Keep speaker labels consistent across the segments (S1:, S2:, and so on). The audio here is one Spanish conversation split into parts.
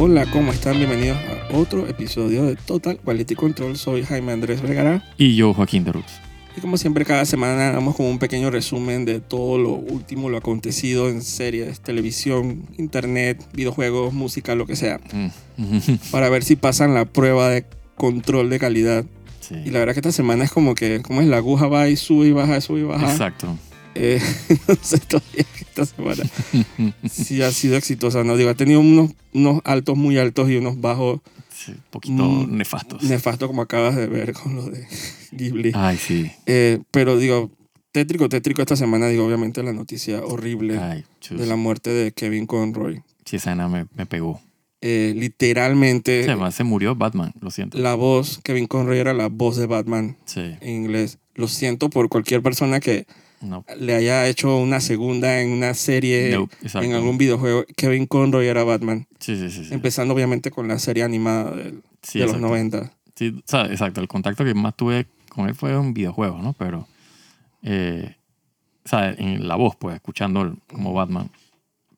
S1: Hola, ¿cómo están? Bienvenidos a otro episodio de Total Quality Control. Soy Jaime Andrés Vergara.
S2: Y yo, Joaquín Darux.
S1: Y como siempre, cada semana damos como un pequeño resumen de todo lo último, lo acontecido en series, televisión, internet, videojuegos, música, lo que sea, para ver si pasan la prueba de control de calidad.
S2: Sí.
S1: Y la verdad que esta semana es como que, como es la aguja va y sube y baja, sube y baja.
S2: Exacto.
S1: Eh, no sé todavía que esta semana sí ha sido exitosa. No digo, ha tenido unos, unos altos muy altos y unos bajos
S2: Sí, un poquito
S1: Mm,
S2: nefastos.
S1: nefastos como acabas de ver con lo de Ghibli.
S2: Ay, sí.
S1: Eh, pero digo, tétrico, tétrico esta semana, digo, obviamente la noticia horrible
S2: Ay, chus.
S1: de la muerte de Kevin Conroy.
S2: Sí, esa nena me, me pegó.
S1: Eh, literalmente,
S2: Se, se murió Batman, lo siento.
S1: la voz, Kevin Conroy era la voz de Batman
S2: Sí,
S1: en inglés. Lo siento por cualquier persona que
S2: no.
S1: le haya hecho una segunda en una serie,
S2: Nope, exacto.
S1: eh, en algún videojuego. Kevin Conroy era Batman.
S2: Sí, sí, sí. sí.
S1: Empezando obviamente con la serie animada del-
S2: Sí,
S1: de
S2: exacto.
S1: los 90.
S2: Sí, o sea, exacto. El contacto que más tuve con él fue un videojuego, ¿no? Pero, eh, o sea, en la voz, pues, escuchando el- como Batman.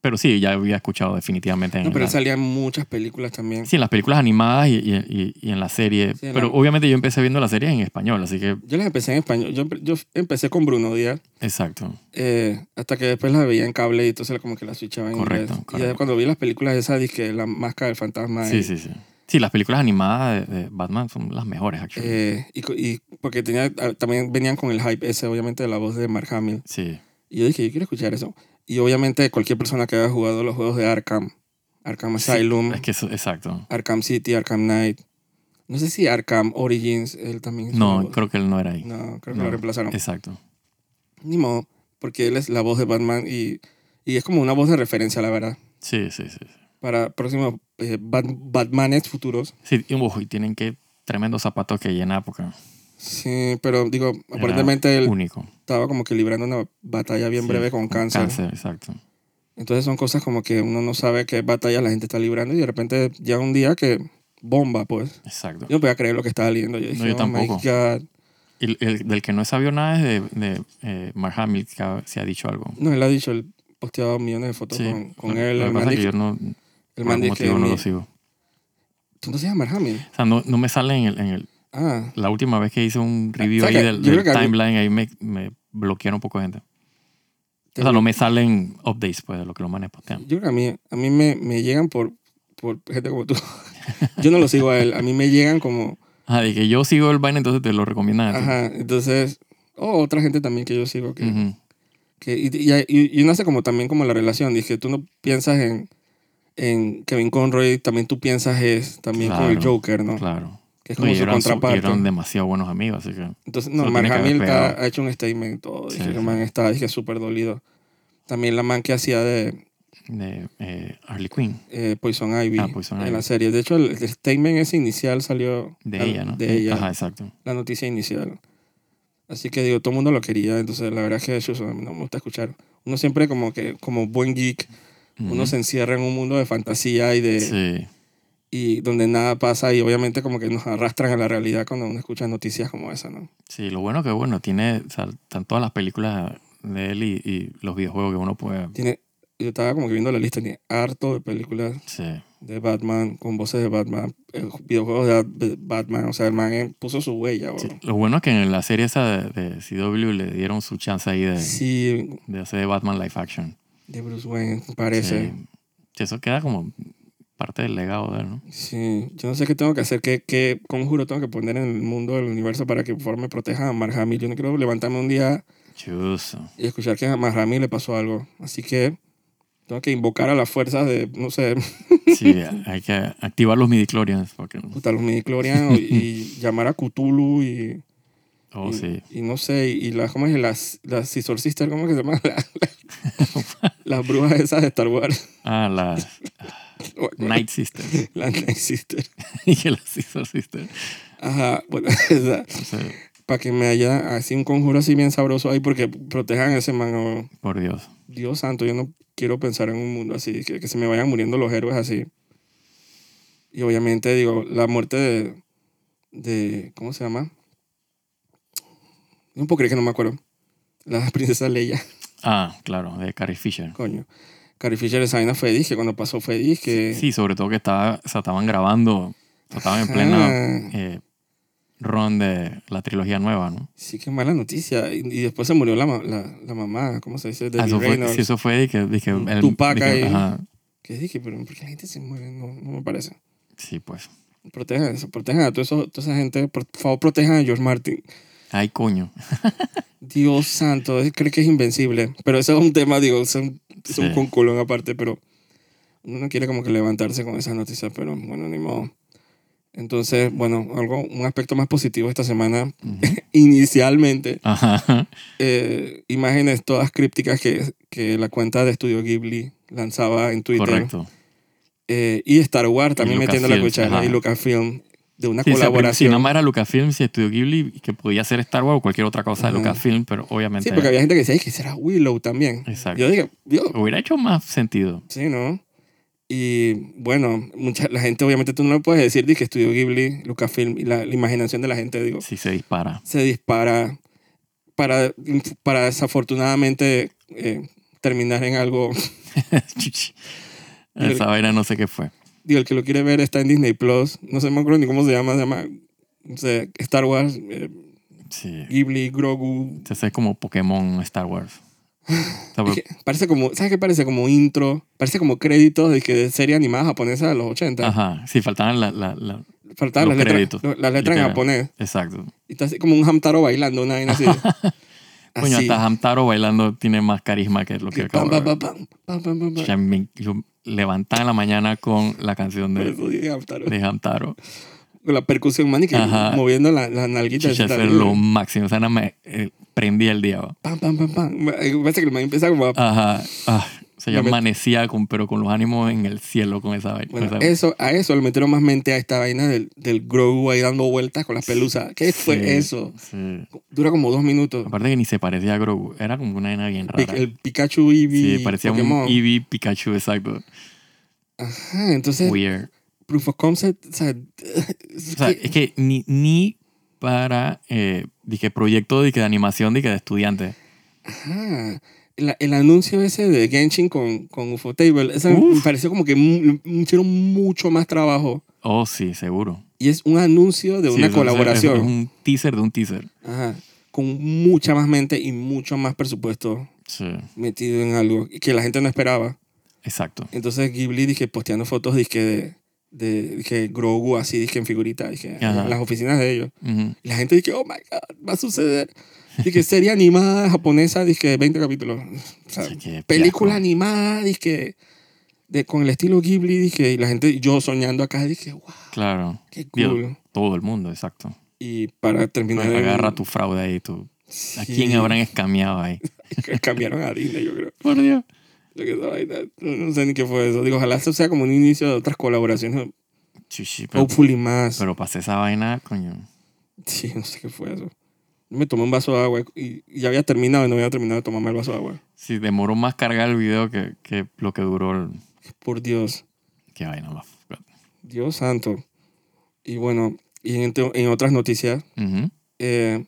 S2: Pero sí, ya había escuchado definitivamente en
S1: Mm. No, pero
S2: la-
S1: él salía en muchas películas también.
S2: Sí, en las películas animadas y, y- y- y en la serie.
S1: Sí, en
S2: pero
S1: la-
S2: obviamente yo empecé viendo la serie en español, así que...
S1: Yo las empecé en español. Yo, yo empecé con Bruno Díaz.
S2: Exacto.
S1: Eh, hasta que después la veía en cable y entonces como que la switchaba en
S2: Correcto,
S1: inglés. Y ya
S2: correcto.
S1: cuando vi las películas esas, dije La Máscara del Fantasma.
S2: Sí,
S1: y,
S2: sí, sí. Sí, las películas animadas de, de Batman son las mejores, actually.
S1: eh, y, co- y porque tenía, ah, también venían con el hype ese, obviamente, de la voz de Mark Hamill.
S2: sí,
S1: Y yo dije, yo quiero escuchar eso. Y obviamente cualquier persona que haya jugado los juegos de Arkham, Arkham
S2: Sí,
S1: Asylum,
S2: es que eso, exacto.
S1: Arkham City, Arkham Knight. No sé si Arkham Origins, él también... hizo la
S2: No,
S1: voz.
S2: creo que él no era ahí.
S1: No, creo que
S2: No.
S1: lo reemplazaron.
S2: Exacto.
S1: Ni modo, porque él es la voz de Batman y, y es como una voz de referencia, la verdad.
S2: Sí, sí, sí. sí.
S1: para próximos eh, Bat- Batmanes futuros.
S2: Sí, y, ojo, y tienen que tremendos zapatos que llena época.
S1: Sí, pero digo, aparentemente él
S2: único.
S1: estaba como que librando una batalla bien
S2: Sí,
S1: breve con cáncer.
S2: Cáncer, exacto.
S1: Entonces son cosas como que uno no sabe qué batalla la gente está librando y de repente ya un día que bomba, pues.
S2: Exacto.
S1: Yo no podía creer lo que estaba leyendo. Yo dije,
S2: yo
S1: "Oh,
S2: tampoco.
S1: my God".
S2: Y el, el- del que no he sabido nada es de, de eh, Mark Hamill, que ha- se ha dicho algo.
S1: No, él ha dicho, él posteado millones de fotos
S2: Sí,
S1: con, con
S2: lo-
S1: él.
S2: Lo
S1: El
S2: que
S1: man
S2: pasa es que
S1: dice-
S2: yo no,
S1: el
S2: por
S1: man
S2: algún
S1: dice que
S2: motivo no
S1: ni-
S2: lo sigo.
S1: ¿Tú no se llamas Hamill?
S2: O sea, no, no me sale en el, en el...
S1: Ah,
S2: La última vez que hice un review
S1: ¿Sabes
S2: ahí
S1: qué?
S2: del,
S1: Yo creo
S2: del
S1: que algún-
S2: timeline, ahí me, me bloquearon un poco de gente.
S1: te-
S2: O sea, no me salen updates, pues, de lo que los manes postean.
S1: Yo creo que a mí, a mí me, me llegan por, por gente como tú. Yo no lo sigo a él. A mí me llegan como...
S2: Ajá, de que yo sigo el vaina, entonces te lo recomiendan a ti.
S1: Ajá, entonces... O otra gente también que yo sigo. Que,
S2: Ujú.
S1: que, y, y, y- y uno hace como también como la relación. Dije, tú no piensas en, en Kevin Conroy, también tú piensas es también con el
S2: Claro,
S1: Joker, ¿no?
S2: Claro.
S1: Que es
S2: No,
S1: como
S2: y
S1: su
S2: eran, su- y
S1: contraparte.
S2: eran demasiado buenos amigos, así que...
S1: Entonces,
S2: Se
S1: no,
S2: lo
S1: Mark
S2: tiene que haber
S1: Hamill está-
S2: pegado.
S1: ha hecho un statement y todo. Dije,
S2: Sí,
S1: que
S2: sí.
S1: man está, dije, súper dolido. También la man que hacía de,
S2: De eh, Harley Quinn.
S1: eh, Poison Ivy
S2: Ah, Poison
S1: en
S2: Ivy.
S1: la serie. De hecho, el, el statement ese inicial salió
S2: De
S1: la-
S2: ella, ¿no? Eh,
S1: de ella,
S2: Ajá, exacto.
S1: la noticia inicial. Así que digo, todo el mundo lo quería, entonces la verdad es que eso eso, no me gusta escuchar. Uno siempre como que, como buen geek, uno
S2: Ujú.
S1: se encierra en un mundo de fantasía y de
S2: Sí,
S1: y donde nada pasa y obviamente como que nos arrastran a la realidad cuando uno escucha noticias como esa, ¿no?
S2: sí. Lo bueno que, bueno, tiene... O sea, están todas las películas de él y, y los videojuegos que uno puede...
S1: Tiene, yo estaba como que viendo la lista, tiene harto de películas
S2: Sí,
S1: de Batman, con voces de Batman, eh, videojuegos de, de Batman, o sea, el man eh, puso su huella,
S2: sí.
S1: bro.
S2: Lo bueno es que en la serie esa de, de CW le dieron su chance ahí de,
S1: Sí,
S2: de hacer Batman live action.
S1: de Bruce Wayne, parece.
S2: Sí. Sí, Eso queda como parte del legado de él, ¿no?
S1: Sí. Yo no sé qué tengo que hacer, qué, qué conjuro tengo que poner en el mundo del universo para que por favor me proteja a Mark Hamill. Yo no quiero levantarme un día
S2: Chuso.
S1: y escuchar que a Mark Hamill le pasó algo. Así que tengo que invocar a las fuerzas de, no sé,
S2: Sí, hay que activar los midichlorians porque...
S1: puta, los midichlorianos y, y llamar a Cthulhu y,
S2: Oh,
S1: y,
S2: sí.
S1: y no sé, y, y las, ¿cómo es? Las, las Scissor Sisters, ¿cómo que se llama? La- la- las brujas esas de Star Wars.
S2: Ah, las
S1: No me acuerdo.
S2: Night Sisters.
S1: Las Night Sisters.
S2: y que las Scissor Sisters.
S1: Ajá, bueno, esa.
S2: O sea,
S1: para que me haya así un conjuro así bien sabroso ahí porque protejan a ese man. oh,
S2: por Dios.
S1: Dios santo, yo no quiero pensar en un mundo así, que, que se me vayan muriendo los héroes así. Y obviamente digo, la muerte de... de ¿Cómo se llama? No puedo creer que no me acuerdo. La princesa Leia,
S2: Ah, claro, de Carrie Fisher.
S1: coño. Carrie Fisher esa vaina fue disque, cuando pasó fue disque.
S2: Sí, sobre todo que estaba, o sea, estaban grabando, o sea, estaban en plena
S1: Ajá.
S2: eh, ron de la trilogía nueva, ¿no?
S1: Sí, qué mala noticia. Y, y después se murió la, ma- la, la mamá, ¿cómo se dice?
S2: Ah,
S1: Debbie
S2: eso fue,
S1: Reynolds.
S2: sí, eso fue, dije, dije,
S1: Un
S2: el-
S1: Tupac
S2: dije,
S1: ahí.
S2: ajá,
S1: Que dije, pero ¿por qué la gente se muere? No, no me parece.
S2: sí, pues.
S1: Protejan eso, protejan a todo eso- toda esa gente. Por favor, protejan a George Martin.
S2: Ay, coño.
S1: Dios santo, él cree que es invencible. Pero ese es un tema, digo, es un, es un
S2: Sí.
S1: conculón aparte, pero uno no quiere como que levantarse con esas noticias, pero bueno, ni modo. Entonces, bueno, algo, un aspecto más positivo esta semana,
S2: Ujú.
S1: inicialmente,
S2: Ajá.
S1: eh, imágenes todas crípticas que, que la cuenta de Estudio Ghibli lanzaba en Twitter.
S2: Correcto.
S1: Eh, y Star Wars también
S2: Y
S1: metiendo la
S2: Lucasfilm,
S1: cuchara
S2: ajá.
S1: y Lucasfilm de una
S2: Sí, o sea, sí,
S1: colaboración.
S2: nada más era Lucasfilm, si estudió Ghibli, y que podía ser Star Wars o cualquier otra cosa de
S1: Ajá.
S2: Lucasfilm, pero obviamente.
S1: sí, porque había gente que decía, "Ay, que será Willow también.
S2: Exacto.
S1: Yo dije, Dios,
S2: Hubiera hecho más sentido.
S1: Sí, ¿no? Y bueno, mucha, la gente, obviamente tú no le puedes decir di que estudió Ghibli, Lucasfilm, y la, la imaginación de la gente, digo,
S2: Si se dispara.
S1: se dispara para, para desafortunadamente eh, terminar en algo.
S2: Chuchi.
S1: Pero-
S2: Esa vaina no sé qué fue.
S1: Digo, el que lo quiere ver está en Disney Plus, no sé, me acuerdo ni cómo se llama, se llama no sé, Star Wars, eh,
S2: Sí.
S1: Ghibli, Grogu.
S2: Entonces es como Pokémon Star Wars. O sea,
S1: Es que parece como, ¿sabes qué parece? Como intro, parece como créditos de, que de serie animada japonesa de los 80.
S2: Ajá, sí, faltaban la, la- la-
S1: Faltaban
S2: Los
S1: las letras,
S2: créditos,
S1: lo- las letras en
S2: literal.
S1: japonés.
S2: Exacto.
S1: Y está así como un hamtaro bailando, una vaina así.
S2: Coño,
S1: Así.
S2: hasta Hamtaro bailando tiene más carisma que lo que
S1: Que
S2: acabo
S1: pam,
S2: de
S1: pam,
S2: ver.
S1: pam, pam, pam, pam, pam, pam.
S2: Ya me- yo levantaba en la mañana con la canción
S1: Por
S2: de,
S1: eso dije hamtaro.
S2: de Hamtaro.
S1: Con la percusión man y que
S2: Ajá.
S1: moviendo la, la nalguita.
S2: Chicha,
S1: así,
S2: eso
S1: tal.
S2: es lo máximo. O sea, nada me eh, prendía el día. ¿va?
S1: Pam, pam, pam, pam. Eh, Parece que el man empieza como a...
S2: Ajá. ah, o sea, yo
S1: Me met-
S2: amanecía, con, pero con los ánimos en el cielo con esa vaina. con
S1: Bueno, eh,
S2: esa-
S1: eso, a eso le metieron más mente a esta vaina del, del Grogu ahí dando vueltas con las pelusas. ¿Qué fue
S2: Sí,
S1: eso?
S2: sí.
S1: Dura como dos minutos.
S2: Aparte que ni se parecía a Grogu. Era como una vaina bien
S1: Pi-
S2: rara.
S1: El Pikachu Eevee
S2: Sí, parecía
S1: Pokémon.
S2: un Eevee Pikachu, exacto.
S1: Ajá, entonces,
S2: Weird.
S1: Proof of Concept, o sea...
S2: O sea, eh. es que ni, ni para eh, dije, proyecto dije, de animación dije, de estudiante.
S1: Ajá. La- el anuncio ese de Genshin con, con UFO Table, eso
S2: Uf.
S1: me pareció como que mu- hicieron mucho más trabajo.
S2: Oh, sí, seguro.
S1: Y es un anuncio de
S2: Sí,
S1: una
S2: eso-
S1: colaboración.
S2: eso Es, un teaser de un teaser.
S1: Ajá. Con mucha más mente y mucho más presupuesto
S2: Sí,
S1: metido en algo que la gente no esperaba.
S2: exacto.
S1: Entonces Ghibli dije, posteando fotos dije, de, de dije, Grogu así, dije, en figurita, dije,
S2: Ajá.
S1: en las oficinas de ellos.
S2: Ujú.
S1: Y la gente dije, oh my God, va a suceder. Dije, serie animada japonesa, dije, 20 capítulos. O sea,
S2: Sí, qué
S1: Ah, película
S2: fiasco.
S1: animada, dije, de, con el estilo Ghibli, dije, y la gente, yo soñando acá, dije, wow,
S2: Claro.
S1: qué
S2: Digo,
S1: cool.
S2: Todo el mundo, exacto.
S1: Y para terminar... el-
S2: Agarra tu fraude ahí. tú. ¿A
S1: Sí,
S2: quién habrán escameado ahí?
S1: Cambiaron a Disney, yo creo.
S2: Por Dios.
S1: Yo que esa vaina, no, no sé ni qué fue eso. Digo, ojalá eso sea como un inicio de otras colaboraciones,
S2: Sí, sí, pero,
S1: hopefully más.
S2: pero pasé esa vaina, coño.
S1: Sí, no sé qué fue eso. Me tomé un vaso de agua y y ya había terminado y no había terminado de tomarme el vaso de agua.
S2: Sí, demoró más cargar el video que, que lo que duró el...
S1: Por Dios.
S2: Qué vaina más.
S1: Dios santo. Y bueno, y en, te- en otras noticias,
S2: Ujú.
S1: eh,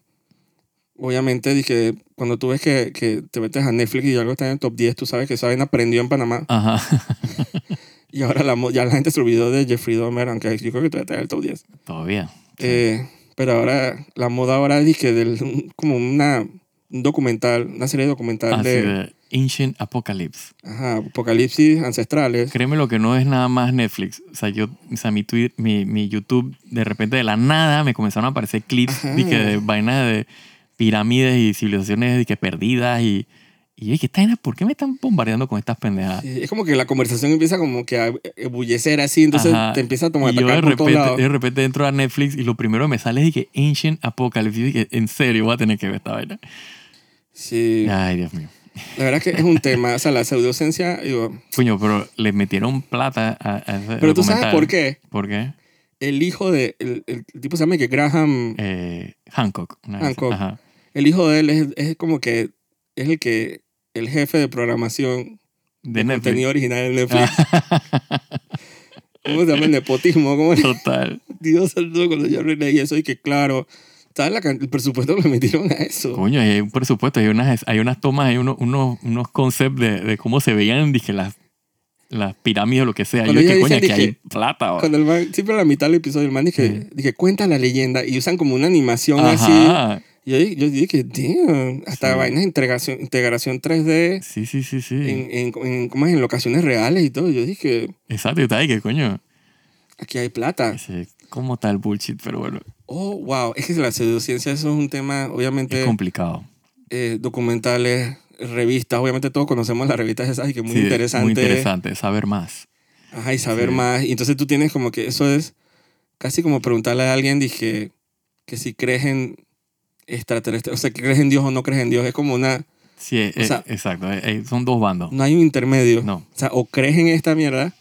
S1: obviamente dije, cuando tú ves que, que te metes a Netflix y algo está en el top 10, tú sabes que esa vaina aprendió en Panamá.
S2: Ajá.
S1: Y ahora la, mo- ya la gente se olvidó de Jeffrey Dahmer, aunque yo creo que todavía está en el top 10.
S2: Todavía.
S1: Eh, pero ahora, la moda ahora dije, del, un- como una, un documental, una serie documental
S2: Así
S1: de,
S2: de Ancient Apocalypse.
S1: ajá, apocalipsis ancestrales.
S2: Créeme lo que no es nada más Netflix. O sea, yo, o sea, mi, Twitter- mi, mi YouTube, de repente de la nada me comenzaron a aparecer clips
S1: Ajá.
S2: dije, de vainas de pirámides y civilizaciones dije, perdidas y. Y que esta vaina, ¿por qué me están bombardeando con estas pendejadas?
S1: Sí, Es como que la conversación empieza como que a ebullecer así, entonces
S2: Ajá.
S1: te empieza a tomar
S2: y yo de
S1: atacar por todos
S2: repente, er
S1: lados.
S2: de repente entro a Netflix y lo primero que me sale es que Ancient Apocalypse. Y dije, en serio, voy a tener que ver esta vaina.
S1: Sí.
S2: Ay, Dios mío.
S1: La verdad que es un tema, o sea, la pseudociencia, digo,
S2: Coño, pero le metieron plata a, a ese
S1: pero tú sabes
S2: documental.
S1: por qué.
S2: ¿Por qué?
S1: El hijo de, el, el tipo se llama que Graham,
S2: Eh, Hancock. una vez.
S1: Hancock.
S2: Ajá.
S1: el hijo de él es, es como que, es el que, el jefe de programación
S2: De Netflix.
S1: contenido original de Netflix. ¿Cómo se llama el nepotismo? ¿Cómo le-
S2: Total.
S1: Dios santo, cuando yo leí eso y que claro, ¿sabes la can- el presupuesto que le metieron a eso?
S2: Coño, hay un presupuesto, hay unas, hay unas tomas, hay uno- unos, unos concepts de, de cómo se veían dije, las las pirámides o lo que sea.
S1: Cuando
S2: yo
S1: ya
S2: que coño,
S1: dicen,
S2: aquí hay
S1: dije,
S2: plata. ahora".
S1: Cuando el man- siempre a la mitad del episodio, el man dije, dije, cuenta la leyenda y usan como una animación así.
S2: Ajá.
S1: Y ahí yo dije, damn, hasta
S2: Sí.
S1: vainas de integración, integración 3D
S2: Sí, sí, sí, sí.
S1: en, en, en- ¿cómo es? en locaciones reales y todo. Yo dije,
S2: Exacto, yo estaba ahí, que coño.
S1: aquí hay plata.
S2: Ese, ¿Cómo tal bullshit? Pero bueno,
S1: Oh, wow. Es que la pseudociencia eso es un tema,
S2: es
S1: obviamente,
S2: complicado.
S1: eh, documentales, revistas. Obviamente todos conocemos las revistas esas y que muy
S2: Sí,
S1: interesante.
S2: Muy interesante, saber más.
S1: Ajá, y saber
S2: Sí.
S1: más. Y entonces tú tienes como que eso es casi como preguntarle a alguien, dije, que si crees en extraterrestres, o sea, que crees en Dios o no crees en Dios. Es como una,
S2: Sí, eh, eh,
S1: sea-
S2: exacto. eh, eh, son dos bandos.
S1: no hay un intermedio.
S2: No.
S1: O sea, o crees en esta mierda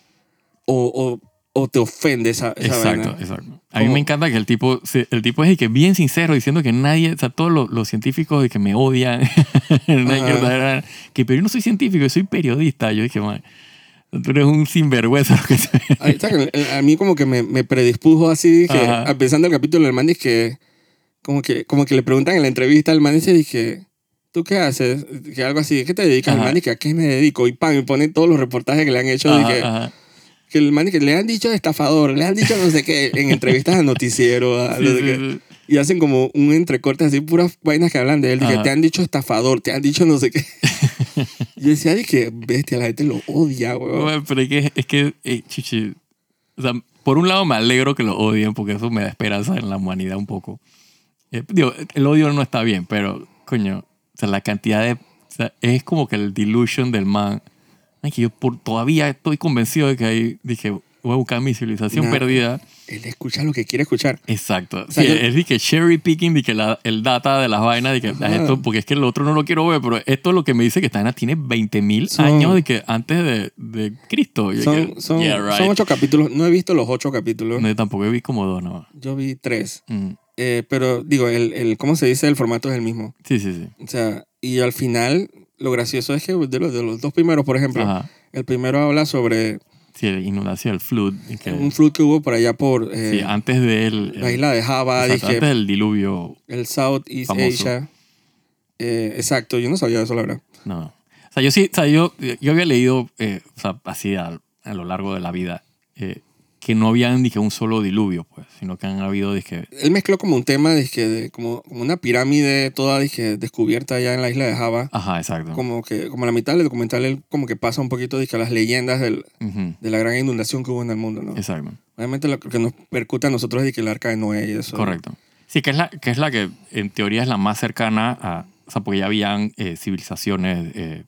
S1: o, o- o te ofende esa, esa
S2: Exacto,
S1: vaina.
S2: exacto. A mí
S1: Como-
S2: me encanta que el tipo, se- el tipo es y que bien sincero diciendo que nadie, o sea, todos los, los científicos de que me odian, una
S1: Ajá.
S2: mierda, era- que pero yo no soy científico, yo soy periodista. Yo dije, man, tú eres un sinvergüenza lo que se
S1: Ahí está, que el- A mí como que me, me predispuso así, que
S2: Ajá.
S1: al pensando el capítulo del man, dije, como que, como que le preguntan en la entrevista al man, dice, dije, ¿tú qué haces? Que algo así, ¿qué te dedicas? El
S2: Ajá.
S1: man, dije, ¿a qué me dedico? Y pam, y ponen todos los reportajes que le han hecho,
S2: Ajá,
S1: dije...
S2: ajá.
S1: que el man que le han dicho estafador, le han dicho no sé qué, en entrevistas a noticiero, a
S2: Sí,
S1: no sé
S2: sí,
S1: qué.
S2: sí.
S1: y hacen como un entrecorte así, puras vainas que hablan de él, dije,
S2: Ajá.
S1: te han dicho estafador, te han dicho no sé qué. Yo decía, dije, bestia, la gente lo odia, weón.
S2: Bueno, pero es que, es que eh, chichi, o sea, por un lado me alegro que lo odien porque eso me da esperanza en la humanidad un poco. Eh, digo, el odio no está bien, pero coño, o sea, la cantidad de... o sea, es como que el delusion del man. Ay, que yo por, todavía estoy convencido de que ahí dije, voy a buscar mi civilización
S1: Nah.
S2: perdida.
S1: Él escucha lo que quiere escuchar.
S2: Exacto.
S1: sea,
S2: Sí,
S1: yo-
S2: es de que cherry picking, de que la- el data de las vainas, de que "Ah,
S1: Ajá.
S2: esto, porque es que el otro no lo quiero ver, pero esto es lo que me dice que esta vaina tiene 20.000
S1: Son-
S2: años de que antes de, de Cristo. Yo
S1: Son,
S2: que,
S1: son,
S2: yeah, right.
S1: son ocho capítulos, no he visto los ocho capítulos,
S2: No, tampoco vi como dos nomás.
S1: yo vi tres,
S2: Mm.
S1: Eh, pero digo, el, el, ¿cómo se dice? El formato es el mismo.
S2: Sí, sí, sí.
S1: O sea, y al final, lo gracioso es que de los, de los dos primeros, por ejemplo,
S2: Ajá.
S1: el primero habla sobre
S2: Sí, la inundación, el flood. de que-
S1: un flood que hubo por allá por eh,
S2: sí, antes del...
S1: la isla de Java,
S2: exacto,
S1: dije,
S2: antes del diluvio.
S1: el South East
S2: Famoso.
S1: Asia. Eh, exacto, yo no sabía eso, la verdad.
S2: No. O sea, yo sí, o sea, yo, yo había leído, eh, o sea, así a, a lo largo de la vida, eh, que no había ni que un solo diluvio, pues, sino que han habido, dije,
S1: Él mezcló como un tema, dizque, de, como, como una pirámide toda dizque, descubierta allá en la isla de Java.
S2: Ajá, exacto.
S1: Como que como la mitad del documental, él como que pasa un poquito dizque, a las leyendas del-
S2: Ujú,
S1: de la gran inundación que hubo en el mundo, ¿no?
S2: Exacto,
S1: Obviamente lo que nos percuta a nosotros es que el arca de Noé y eso.
S2: correcto. Sí, que es, la, que es la que en teoría es la más cercana a, o sea, porque ya habían eh, civilizaciones eh,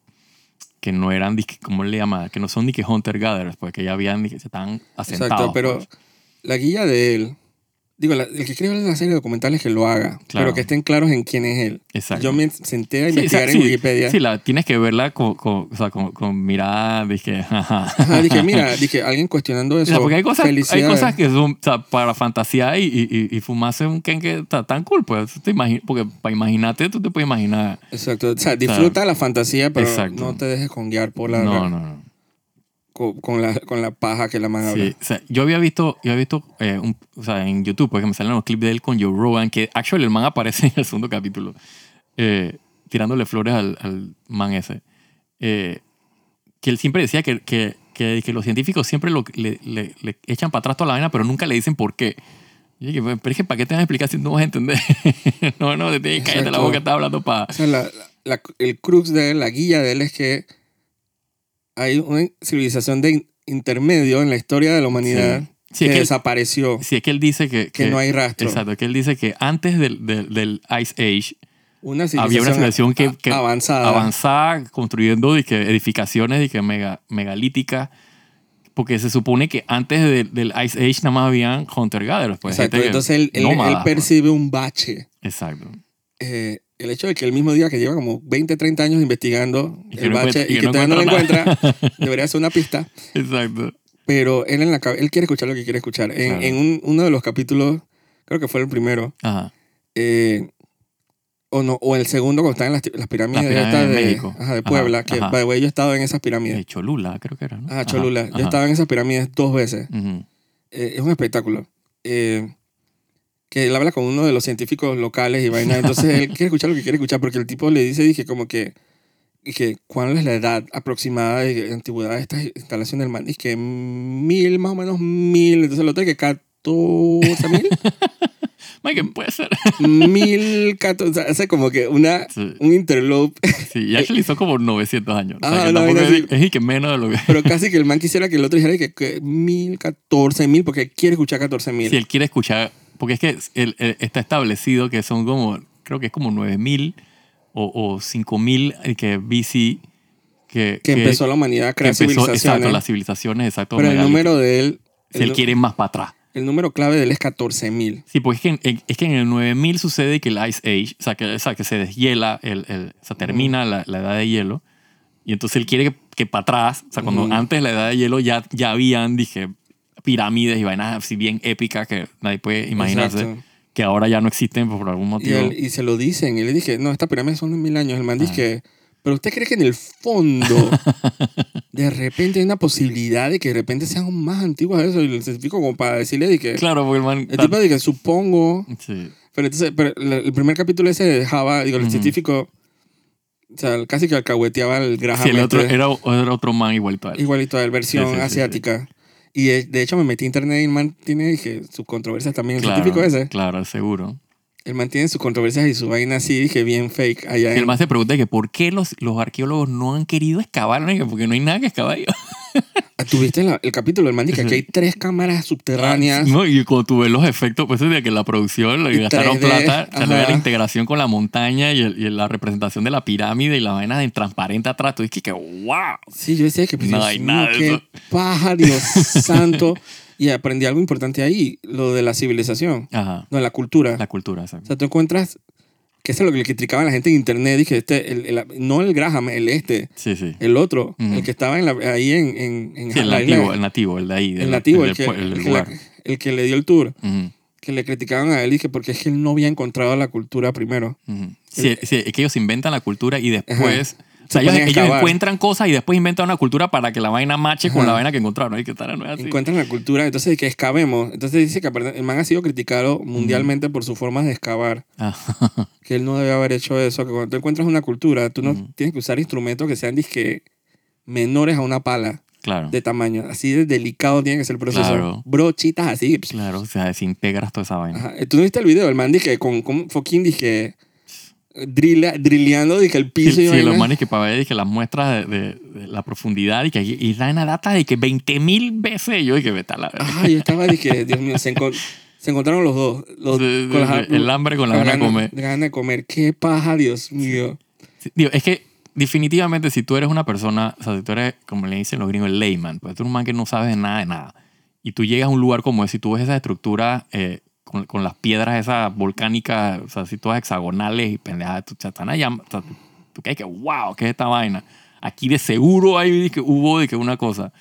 S2: que no eran, disque- ¿cómo le llama? Que no son ni que hunter-gatherers, pues que ya habían, ni que se estaban asentados.
S1: Exacto, pero
S2: pues.
S1: la guía de él, digo, la- el que escribe la serie de documentales que lo haga,
S2: Claro.
S1: pero que estén claros en quién es él.
S2: Exacto.
S1: Yo me senté a
S2: Sí, o sea,
S1: investigar en
S2: sí,
S1: Wikipedia.
S2: sí, la, tienes que verla con, con, o sea, con, con mirada, dije, ajá.
S1: Ajá, dije, mira, dije, alguien cuestionando
S2: O
S1: eso.
S2: sea, porque hay cosas, hay
S1: felicidades.
S2: cosas que son o sea, para fantasía y, y, y- y fumarse un kenke está tan cool, pues. Te imagi- porque para imaginarte, tú te puedes imaginar.
S1: Exacto. O sea, disfruta la fantasía, pero
S2: Exacto.
S1: no te dejes conguiar por la,
S2: No, no, no.
S1: Con, con la, con la paja que la man habla.
S2: Sí, o sea, yo había visto, yo había visto eh, un- o sea, en YouTube, porque me salen los clips de él con Joe Rogan, que actually el man aparece en el segundo capítulo, eh, tirándole flores al, al man ese. Eh, que él siempre decía que, que, que, que los científicos siempre lo- le, le- le echan para atrás toda la vaina, pero nunca le dicen por qué. Y yo dije, "Pues, pero es que ¿para qué te van a explicar si no vas a entender? no, no, te tienes que cállate la
S1: Exacto.
S2: boca, estás hablando para...
S1: O sea, la- la- el crux de él, la guía de él es que hay una civilización de in- intermedio en la historia de la humanidad
S2: Sí. Sí,
S1: que,
S2: es que él-
S1: desapareció,
S2: Si es que él dice que...
S1: que, no hay rastro.
S2: Exacto, que él dice que antes del, del, del Ice Age,
S1: Una
S2: había
S1: civilización
S2: una civilización que- que
S1: a- avanzada.
S2: avanzada construyendo dizque, edificaciones dizque, mega, megalíticas. Porque se supone que antes de- del Ice Age nada más habían hunter-gatherers. Pues,
S1: Exacto.
S2: gente que-
S1: Entonces él, él- él
S2: nómadas, pues.
S1: percibe un bache.
S2: Exacto.
S1: Eh, el hecho de que el mismo día que lleva como 20, 30 años investigando
S2: Y que
S1: el
S2: no
S1: bache
S2: encuentra- y
S1: y
S2: que
S1: que
S2: no
S1: todavía no lo
S2: encuentra
S1: encuentra, debería ser una pista.
S2: Exacto.
S1: Pero él, en la, cabe- él quiere escuchar lo que quiere escuchar. En,
S2: Claro.
S1: en un- uno de los capítulos, creo que fue el primero,
S2: Ajá.
S1: eh, o, no, o el segundo, cuando están en las, ti- las pirámides,
S2: Las pirámides
S1: estas
S2: de
S1: de,
S2: México.
S1: ajá, de
S2: Ajá,
S1: Puebla, que
S2: ajá.
S1: by the way, yo he estado en esas pirámides.
S2: Eh, Cholula, creo que era, ¿no?
S1: Ah, Cholula.
S2: Ajá,
S1: yo he
S2: ajá.
S1: estado en esas pirámides dos veces.
S2: Ujú.
S1: Eh, es un espectáculo. Eh, que él habla con uno de los científicos locales y vaina. Entonces él quiere escuchar lo que quiere escuchar porque el tipo le dice, dije, como que y que cuál es la edad aproximada de antigüedad de estas instalaciones del man. Y que mil, más o menos mil. Entonces lo tengo que 14 mil.
S2: Mike, puede ser.
S1: mil, 14. O sea, hace como que una,
S2: Sí.
S1: un interlope.
S2: Sí, y actually hizo como 900 años. O sea,
S1: Ah,
S2: que
S1: Eh, no,
S2: tampoco
S1: mira,
S2: es,
S1: sí.
S2: es y que menos de lo que...
S1: Pero casi que el man quisiera que el otro dijera que, que mil, 14 mil, porque quiere escuchar 14 mil.
S2: Si él quiere escuchar, porque es que él- él- está establecido que son como, creo que es como 9000 o, o 5000 eh, que BC que,
S1: que empezó la humanidad a
S2: que
S1: crear
S2: empezó,
S1: civilizaciones.
S2: Exacto, las civilizaciones, exacto.
S1: pero el
S2: megalíticas.
S1: número de él,
S2: si él
S1: el,
S2: quiere más para atrás.
S1: el número clave de él es 14 mil.
S2: Sí, porque es que en, en- es que en el 9000 sucede que el Ice Age, o sea, que, o sea, que se deshiela, el, el- o sea, termina la, la edad de hielo. Y entonces él quiere que, para atrás, o sea, cuando
S1: Ujú.
S2: antes de la edad de hielo ya, ya habían, dije, pirámides y vainas así bien épicas que nadie puede imaginarse,
S1: Exacto.
S2: que ahora ya no existen por algún
S1: Y,
S2: motivo.
S1: él, y se lo dicen. Y le dije, no, esta pirámide son de mil años. El man
S2: Ah.
S1: dice, pero usted cree que en el fondo de repente hay una posibilidad de que de repente sean más antiguas eso. Y el científico como para decirle, dije,
S2: claro, porque el man...
S1: el tipo dije, supongo.
S2: Sí,
S1: Pero entonces, pero la- el primer capítulo ese dejaba, digo, el
S2: Ujú.
S1: científico, o sea, casi que alcahueteaba al Graham.
S2: Sí, el otro
S1: este,
S2: era, era otro man igualito a él.
S1: Igualito a él, versión
S2: Sí, sí, sí,
S1: asiática. Y eh, de, de hecho me metí a internet y el man tiene dije, sus controversias también. El
S2: Claro,
S1: científico ese.
S2: claro, seguro.
S1: El man tiene sus controversias y su vaina así, dije, bien fake allá
S2: Y el
S1: en...
S2: más se pregunta que por qué los, los arqueólogos no han querido excavar, ¿no? Que porque no hay nada que excavar.
S1: Ah, ¿Tuviste la- el capítulo? El man dije, aquí hay tres cámaras subterráneas.
S2: No, y cuando tú ves los efectos, pues es de que la producción, le
S1: Y
S2: gastaron
S1: 3D,
S2: plata, o sea, le
S1: ajá.
S2: ve la integración con la montaña y, el- y la representación de la pirámide y la vaina en transparente atrás, tú dices que wow.
S1: Sí, yo decía que... pues,
S2: No
S1: Dios
S2: hay
S1: mío,
S2: nada de
S1: qué
S2: eso.
S1: paja, Dios santo. Y aprendí algo importante ahí, lo de la civilización,
S2: Ajá,
S1: no, la cultura.
S2: la cultura,
S1: O
S2: exacto.
S1: sea, tú encuentras... Que eso es lo que le criticaban a la gente en internet. Dije, este, el- el- no el Graham, el este,
S2: Sí, sí.
S1: el otro,
S2: Ujú.
S1: el que estaba en la- ahí en, en, en
S2: Sí, el
S1: la isla de-
S2: nativo, el nativo, el de ahí. del-
S1: el nativo,
S2: del-
S1: el que,
S2: del- del
S1: el que
S2: lugar.
S1: le- el que le dio el tour,
S2: Ujú,
S1: que le criticaban a él y que porque es que él no había encontrado la cultura primero.
S2: ujú. Sí, sí, es que ellos inventan la cultura y después... O sea,
S1: Se
S2: ellos,
S1: ponen a
S2: ellos
S1: excavar.
S2: encuentran cosas y después inventan una cultura para que la vaina mache con
S1: Ajá.
S2: la vaina que encontraron. Y que tal, no es así.
S1: Encuentran la cultura, entonces que excavemos. Entonces dice que aparte, el man ha sido criticado mundialmente por sus formas de excavar,
S2: Ah, Ajá.
S1: que él no debe haber hecho eso, que cuando tú encuentras una cultura, tú no tienes que usar instrumentos que sean disque menores a una pala
S2: claro.
S1: de tamaño. Así de delicado tiene que ser el proceso.
S2: Ah. Claro.
S1: Brochitas así.
S2: Claro, o sea, desintegras toda esa vaina.
S1: Ajá. Eh, ¿Tú no viste el video? El man dije con, con fucking dije drilla, drilleando dije el
S2: Sí,
S1: piso y
S2: sí, los
S1: vaina.
S2: manes que para ver y que las muestras de, de- de la profundidad y que ahí- y da una data de que 20 mil veces yo y que vete a la verga.
S1: Ah, yo estaba, dije, Dios mío, se, encon- se encontraron los dos. los-
S2: De-
S1: con
S2: de-
S1: las-
S2: de- el hambre con la
S1: con
S2: gana de comer.
S1: gana de comer. Qué paja, Dios mío.
S2: Sí, digo, es que definitivamente si tú eres una persona, o sea, si tú eres, como le dicen los gringos, el layman, pues tú eres un man que no sabes de nada de nada. Y tú llegas a un lugar como ese y tú ves esas estructuras eh, con, con las piedras esas volcánicas, o sea, así todas hexagonales y pendejadas, tú, o sea, están allá, o sea, tú, tú caes que, wow, ¿qué es esta vaina? Aquí de seguro hay, que hubo de que una cosa.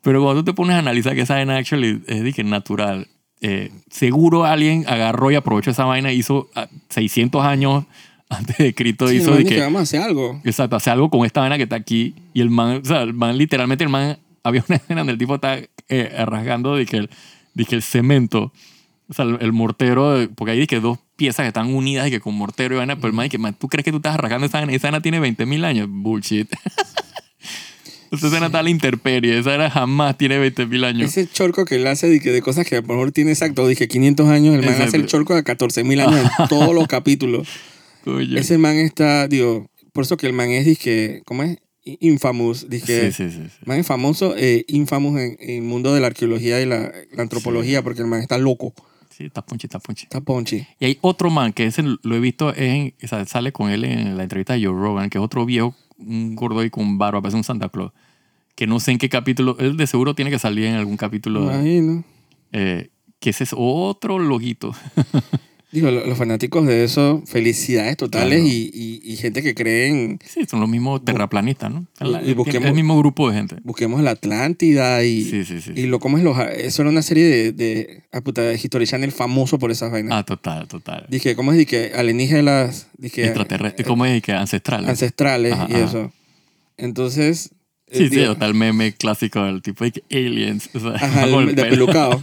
S2: Pero cuando tú te pones a analizar que esa vaina actually es de que natural, eh, seguro alguien agarró y aprovechó esa vaina y hizo ah, 600 años antes de Cristo,
S1: Sí, el
S2: hizo
S1: man
S2: de
S1: dije,
S2: que,
S1: vamos a hacer algo.
S2: Exacto, hace algo con esta vaina que está aquí. Y el man, o sea, el man, literalmente, el man, había una escena donde el tipo está eh, rasgando de que, el, de que el cemento, o sea, el, el mortero, de- porque hay de que dos piezas que están unidas y que con mortero y vaina, pero el man, de que, man, ¿tú crees que tú estás rasgando esa vaina? Esa vaina tiene 20.000 años. Bullshit. Esa vaina está a la interperie, esa vaina jamás tiene 20.000 años.
S1: Ese chorco que él hace dije, de cosas que a lo mejor tiene exacto, dije 500 años, el man hace el
S2: Exacto.
S1: chorco de 14 mil años en todos los capítulos.
S2: Coño.
S1: Ese man está, digo, por eso que el man es, dije, ¿cómo es? I- Infamous, dije.
S2: Sí, sí, sí. sí.
S1: Man es famoso, eh, infamous en, en el mundo de la arqueología y la, la antropología, porque el man está loco,
S2: Sí, está punche, está punche.
S1: está ponchi.
S2: Y hay otro man que ese lo he visto, es en- o sea, sale con él en la entrevista de Joe Rogan, que es otro viejo, un gordo y con barba, parece un Santa Claus. Que no sé en qué capítulo, él de seguro tiene que salir en algún capítulo.
S1: Me imagino.
S2: eh, que ese es otro loguito.
S1: Digo, lo- los fanáticos de eso, felicidades totales
S2: Claro.
S1: y, y- y gente que cree en
S2: Sí, son los mismos terraplanistas, ¿no?
S1: Y-
S2: La-
S1: y busquemos-
S2: el mismo grupo de gente.
S1: busquemos la Atlántida y,
S2: Sí, sí, sí.
S1: y lo como es los... Eso era una serie de, de, ah, puta, de History Channel famoso por esas vainas.
S2: Ah, total, total.
S1: Dije, ¿cómo es? Dije, alienígenas, dije,
S2: Extraterrestre, ¿cómo es? Que ancestral.
S1: ancestrales
S2: Ajá,
S1: y
S2: ajá.
S1: eso. Entonces... eh,
S2: Sí, sí,
S1: digo,
S2: total meme clásico del tipo de que aliens. o sea,
S1: Ajá,
S2: con
S1: el,
S2: el
S1: de
S2: pelo.
S1: pelucado.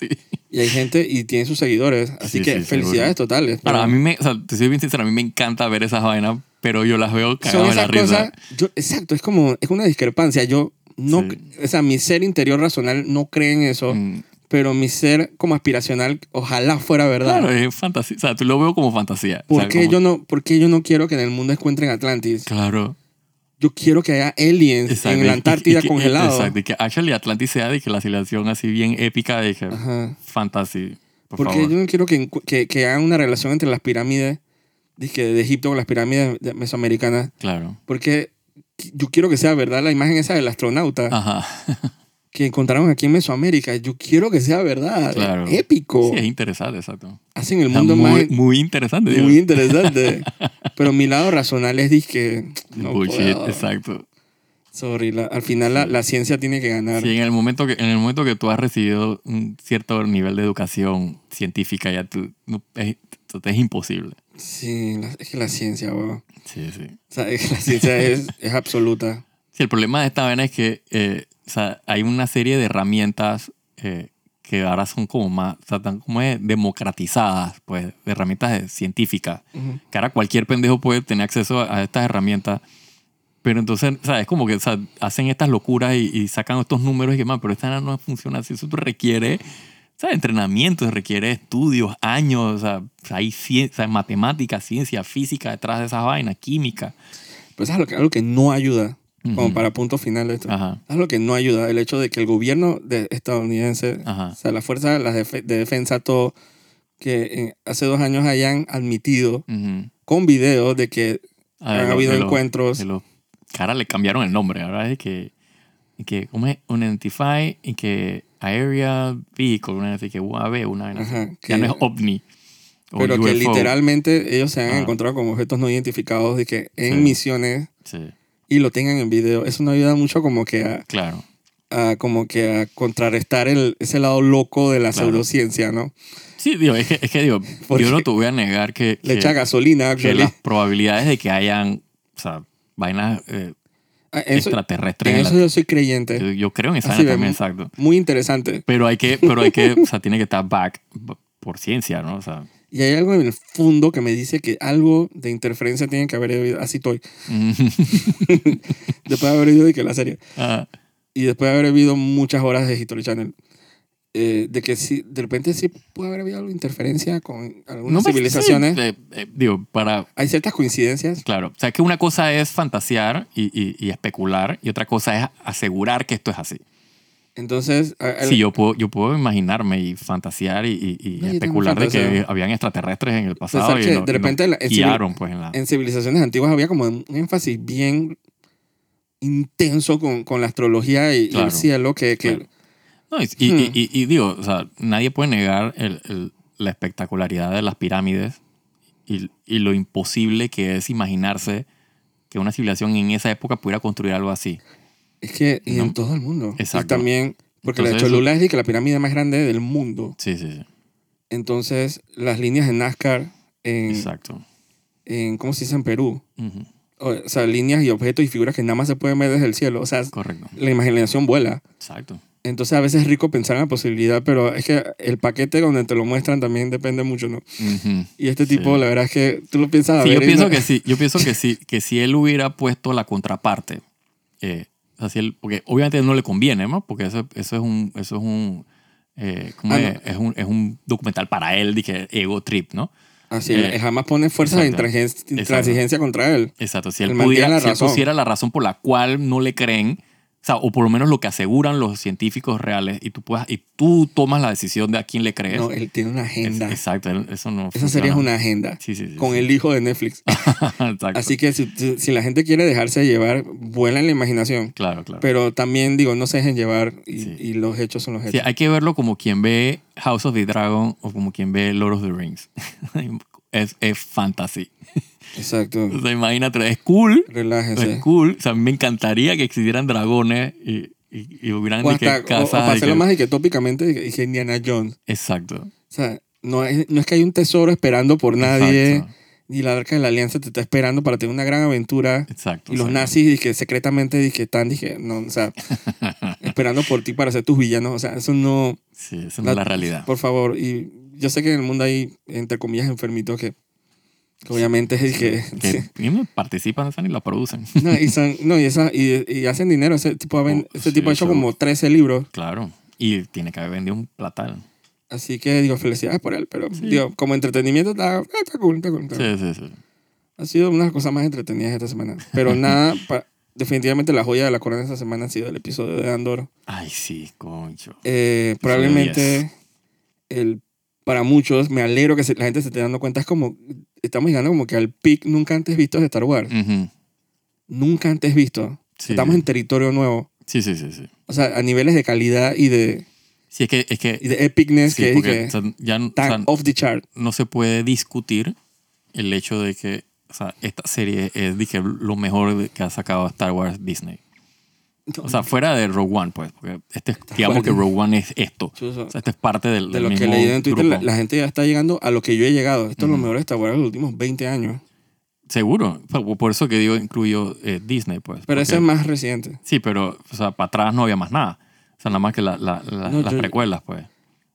S2: sí.
S1: Y hay gente y tiene sus seguidores. Así
S2: Sí,
S1: que
S2: sí,
S1: felicidades totales.
S2: Ahora,
S1: pero-
S2: a mí me, o sea, te soy bien sincero, a mí me encanta ver esas vainas pero yo las veo
S1: Son
S2: cagadas de la
S1: esas
S2: risa.
S1: cosas- yo- exacto, es como, es una discrepancia. Yo no,
S2: Sí.
S1: o sea, mi ser interior racional no cree en eso,
S2: Mm,
S1: pero mi ser como aspiracional, ojalá fuera verdad.
S2: Claro, es fantasía. O sea, tú lo veo como fantasía.
S1: ¿Por,
S2: O sea,
S1: qué
S2: como-
S1: yo no, ¿Por qué yo no quiero que en el mundo encuentren Atlantis?
S2: Claro.
S1: Yo quiero que haya aliens
S2: Exacto.
S1: en la
S2: Y- y-
S1: Antártida
S2: y que-
S1: congelado.
S2: Exacto. Y que actually Atlantis sea de que la civilización así bien épica de que
S1: Ajá.
S2: fantasy. Por
S1: Porque
S2: favor.
S1: yo no quiero que, encu- que, que hagan una relación entre las pirámides dizque, de Egipto con las pirámides de- mesoamericanas.
S2: Claro.
S1: Porque qui- yo quiero que sea verdad la imagen esa del astronauta
S2: Ajá.
S1: que encontraron aquí en Mesoamérica. Yo quiero que sea verdad.
S2: Claro.
S1: Épico.
S2: Sí, es interesante, exacto.
S1: Hacen el
S2: O sea,
S1: mundo
S2: muy,
S1: más
S2: muy interesante. digo.
S1: muy interesante. Pero mi lado racional es dizque no
S2: Bullshit,
S1: puedo.
S2: exacto.
S1: Sorry, la- al final la, la ciencia tiene que ganar.
S2: Sí, en el, momento que, en el momento que tú has recibido un cierto nivel de educación científica, ya tú, no- es, es imposible.
S1: Sí, la- es que la ciencia, weón.
S2: Sí, sí.
S1: O sea, es que la ciencia es, es absoluta.
S2: Sí, el problema de esta vaina es que eh, o sea, hay una serie de herramientas eh, que ahora son como más, o sea, están como eh, democratizadas, pues, de herramientas eh, científicas.
S1: Ujú.
S2: Que ahora cualquier pendejo puede tener acceso a, a estas herramientas. Pero entonces, o sea, es como que o sea, hacen estas locuras y, y sacan estos números y que, man, pero esta vaina no funciona así. Eso requiere, o sea, entrenamiento, requiere estudios, años, o sea, hay cien- o sea, matemáticas, ciencia, física detrás de esas vainas, química.
S1: Pero ¿sabes lo que, algo que no ayuda? Como
S2: Ujú. Ah.
S1: para punto final de esto.
S2: Ajá,
S1: ¿Sabes lo que no ayuda? El hecho de que el gobierno de- estadounidense,
S2: Ajá.
S1: o sea, la fuerza las defe- de defensa, todo, que eh, hace dos años hayan admitido
S2: ujú.
S1: con video de que
S2: Ah, de
S1: han
S2: lo-
S1: habido
S2: de lo-
S1: encuentros.
S2: de lo- que ahora le cambiaron el nombre, ahora es que, y que ¿cómo es? Un Identify y que Area Vehicle, una vez que UAV, una vaina así.
S1: Ajá, que-
S2: ya no es OVNI. o
S1: pero que
S2: UFO.
S1: literalmente ellos se han
S2: Ajá.
S1: encontrado con objetos no identificados de que en
S2: Sí.
S1: misiones
S2: Sí,
S1: y lo tengan en video. Eso no ayuda mucho como que a,
S2: claro.
S1: a- como que a contrarrestar el, ese lado loco de la
S2: Claro.
S1: pseudociencia, ¿no?
S2: Sí, digo, es que, es que digo,
S1: Porque
S2: yo no te voy a negar que,
S1: Le
S2: que-
S1: echa gasolina,
S2: que
S1: actually.
S2: las probabilidades de que hayan, o sea, vainas eh,
S1: Ah, eso-
S2: extraterrestres.
S1: en
S2: en la-
S1: eso yo soy creyente.
S2: yo, yo creo en esa
S1: Así
S2: vaina
S1: de-
S2: también, exacto.
S1: Muy interesante.
S2: Pero hay que, pero hay que, o sea, tiene que estar back por ciencia, ¿no? O sea,
S1: Y hay algo en el fondo que me dice que algo de interferencia tiene que haber habido. Así estoy. Después de haber oído de que la serie.
S2: ah,
S1: Y después de haber habido muchas horas de History Channel. eh, de que sí, de repente sí puede haber habido algo de interferencia con algunas
S2: me-
S1: civilizaciones.
S2: sí, eh, eh, digo, para.
S1: Hay ciertas coincidencias.
S2: Claro. O sea, que una cosa es fantasear y, y- y especular, y otra cosa es asegurar que esto es así.
S1: Entonces, a- a-
S2: Sí, yo puedo, yo puedo imaginarme y fantasear y, y- y
S1: No, yo
S2: especular de
S1: también
S2: que
S1: fantaseo.
S2: habían extraterrestres en el pasado.
S1: Pensar
S2: Y
S1: que
S2: no-
S1: de
S2: y no
S1: repente la- en civil-
S2: guiaron, pues, en la.
S1: en civilizaciones antiguas había como un énfasis bien intenso con, con la astrología y, y
S2: Claro.
S1: el cielo que, que
S2: Claro. No, y, y-
S1: Hmm.
S2: y- y- y digo, o sea, nadie puede negar el- el- la espectacularidad de las pirámides y, y lo imposible que es imaginarse que una civilización en esa época pudiera construir algo así.
S1: es que y
S2: No.
S1: en todo el mundo.
S2: Exacto.
S1: Y también, porque la de
S2: Entonces, eso-
S1: Cholula es de que la pirámide más grande del mundo.
S2: Sí, sí, sí.
S1: Entonces, las líneas de NASCAR en,
S2: Exacto.
S1: en ¿cómo se dice en Perú?
S2: Ujú,
S1: O, o sea, líneas y objetos y figuras que nada más se pueden ver desde el cielo. O sea,
S2: Correcto.
S1: la imaginación vuela.
S2: Exacto.
S1: Entonces, a veces es rico pensar en la posibilidad, pero es que el paquete donde te lo muestran también depende mucho, ¿no?
S2: Ujú.
S1: Y este tipo,
S2: Sí.
S1: la verdad es que tú lo piensas a
S2: Sí, yo
S1: ver y
S2: pienso
S1: no-
S2: que sí, yo pienso que sí, que si él hubiera puesto la contraparte, eh, o sea, si él- porque obviamente no le conviene, ¿no? Porque eso, eso es un, eso es un, eh, ¿cómo
S1: Ah,
S2: es? Es un, es un documental para él, dije, ego trip, ¿no?
S1: Así,
S2: Eh,
S1: él jamás pone fuerzas de
S2: exacto,
S1: intransigencia,
S2: exacto.
S1: intransigencia contra él.
S2: Exacto. Si él,
S1: Él mantiene
S2: pudiera,
S1: la
S2: si él
S1: razón.
S2: pusiera la razón por la cual no le creen, o sea, o por lo menos lo que aseguran los científicos reales, y tú puedas, y tú tomas la decisión de a quién le crees.
S1: No, él tiene una
S2: Es-
S1: agenda.
S2: exacto, él- eso no.
S1: Esa serie es
S2: funciona.
S1: una agenda.
S2: Sí, sí, sí.
S1: Con
S2: sí.
S1: el hijo de Netflix.
S2: Exacto.
S1: Así que si, si- si la gente quiere dejarse llevar, vuela en la imaginación.
S2: Claro, claro.
S1: Pero también, digo, no se dejen llevar y,
S2: Sí.
S1: y los hechos son los
S2: Sí,
S1: hechos.
S2: hay que verlo como quien ve House of the Dragon o como quien ve Lord of the Rings. es, es fantasy.
S1: Exacto.
S2: O sea, imagínate, es cool. Es
S1: Relájense.
S2: cool. O sea, a mí me encantaría que existieran dragones y, y, y hubieran
S1: O
S2: de que
S1: hasta, o- o
S2: casas
S1: para
S2: de que-
S1: hacerlo más y que tópicamente, y que- y que Indiana Jones.
S2: Exacto.
S1: O sea, no es, no es que hay un tesoro esperando por nadie,
S2: Exacto.
S1: ni la arca de la alianza te está esperando para tener una gran aventura.
S2: Exacto.
S1: Y los
S2: exacto.
S1: nazis que secretamente que están, dije, no, o sea, esperando por ti para ser tus villanos. O sea, eso no,
S2: Sí, esa no es la realidad.
S1: por favor. Y yo sé que en el mundo hay, entre comillas, enfermitos que Que obviamente es el que...
S2: que ni me participan en esa ni la producen.
S1: No, y, son- no, y, esa- y- y hacen dinero. Ese tipo, ha ven-
S2: Oh,
S1: ese tipo ha
S2: sí,
S1: hecho
S2: eso-
S1: como 13 libros.
S2: Claro. Y tiene que haber vendido un platal.
S1: Así que digo, felicidades por él. Pero digo, como entretenimiento está, eh, está cool, está cool, está cool.
S2: Sí, sí, sí.
S1: Ha sido una de las cosas más entretenidas esta semana. Pero nada, pa- definitivamente la joya de la corona esta semana ha sido el episodio de Andor.
S2: Ay, sí, concho.
S1: Eh, probablemente el, para muchos, me alegro que se- la gente se esté dando cuenta, es como, estamos llegando como que al pic nunca antes visto de Star Wars.
S2: Ujú.
S1: Nunca antes visto.
S2: Mm. Sí.
S1: Estamos en territorio nuevo.
S2: Sí, sí, sí, sí.
S1: O sea, a niveles de calidad y de,
S2: Sí, es que, es que,
S1: y de epicness
S2: sí,
S1: que,
S2: porque,
S1: que
S2: o sea, ya no- o sea,
S1: tan off the chart.
S2: no se puede discutir el hecho de que o sea, esta serie es dije, lo mejor de- que ha sacado Star Wars Disney. O sea, fuera de Rogue One, pues, porque este, es- digamos que
S1: Juan.
S2: Rogue One es esto.
S1: Chuzo.
S2: O sea, este es parte del,
S1: de
S2: del
S1: lo que
S2: mismo
S1: leí en Twitter, la,
S2: grupo.
S1: la gente ya está llegando a lo que yo he llegado. Esto es lo
S2: Ujú.
S1: mejor de Star Wars de los últimos 20 años.
S2: Seguro. Por- Por eso que digo, incluyo eh, Disney, pues.
S1: Pero
S2: porque-
S1: ese es más reciente.
S2: Sí, pero, o sea, para atrás no había más nada. O sea, nada más que la- la- la-
S1: No,
S2: las
S1: yo-
S2: precuelas, pues.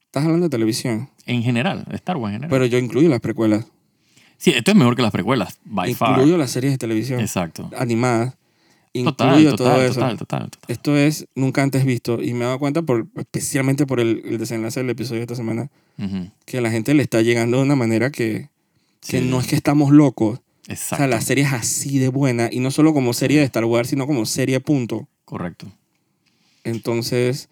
S1: Estás hablando de televisión,
S2: En general, Star Wars en general.
S1: pero yo incluyo las precuelas.
S2: sí, esto es mejor que las precuelas, by far.
S1: Incluyo las series de televisión
S2: Exacto.
S1: animadas.
S2: Total,
S1: Incluyo
S2: total,
S1: todo eso.
S2: total, total, total.
S1: Esto es nunca antes visto y me he dado cuenta, por, especialmente por el, el desenlace del episodio de esta semana,
S2: Ujú.
S1: que a la gente le está llegando de una manera que, que
S2: Sí.
S1: no es que estamos locos.
S2: Exacto.
S1: O sea, la serie es así de buena y no solo como serie de Star Wars, sino como serie punto.
S2: Correcto.
S1: Entonces,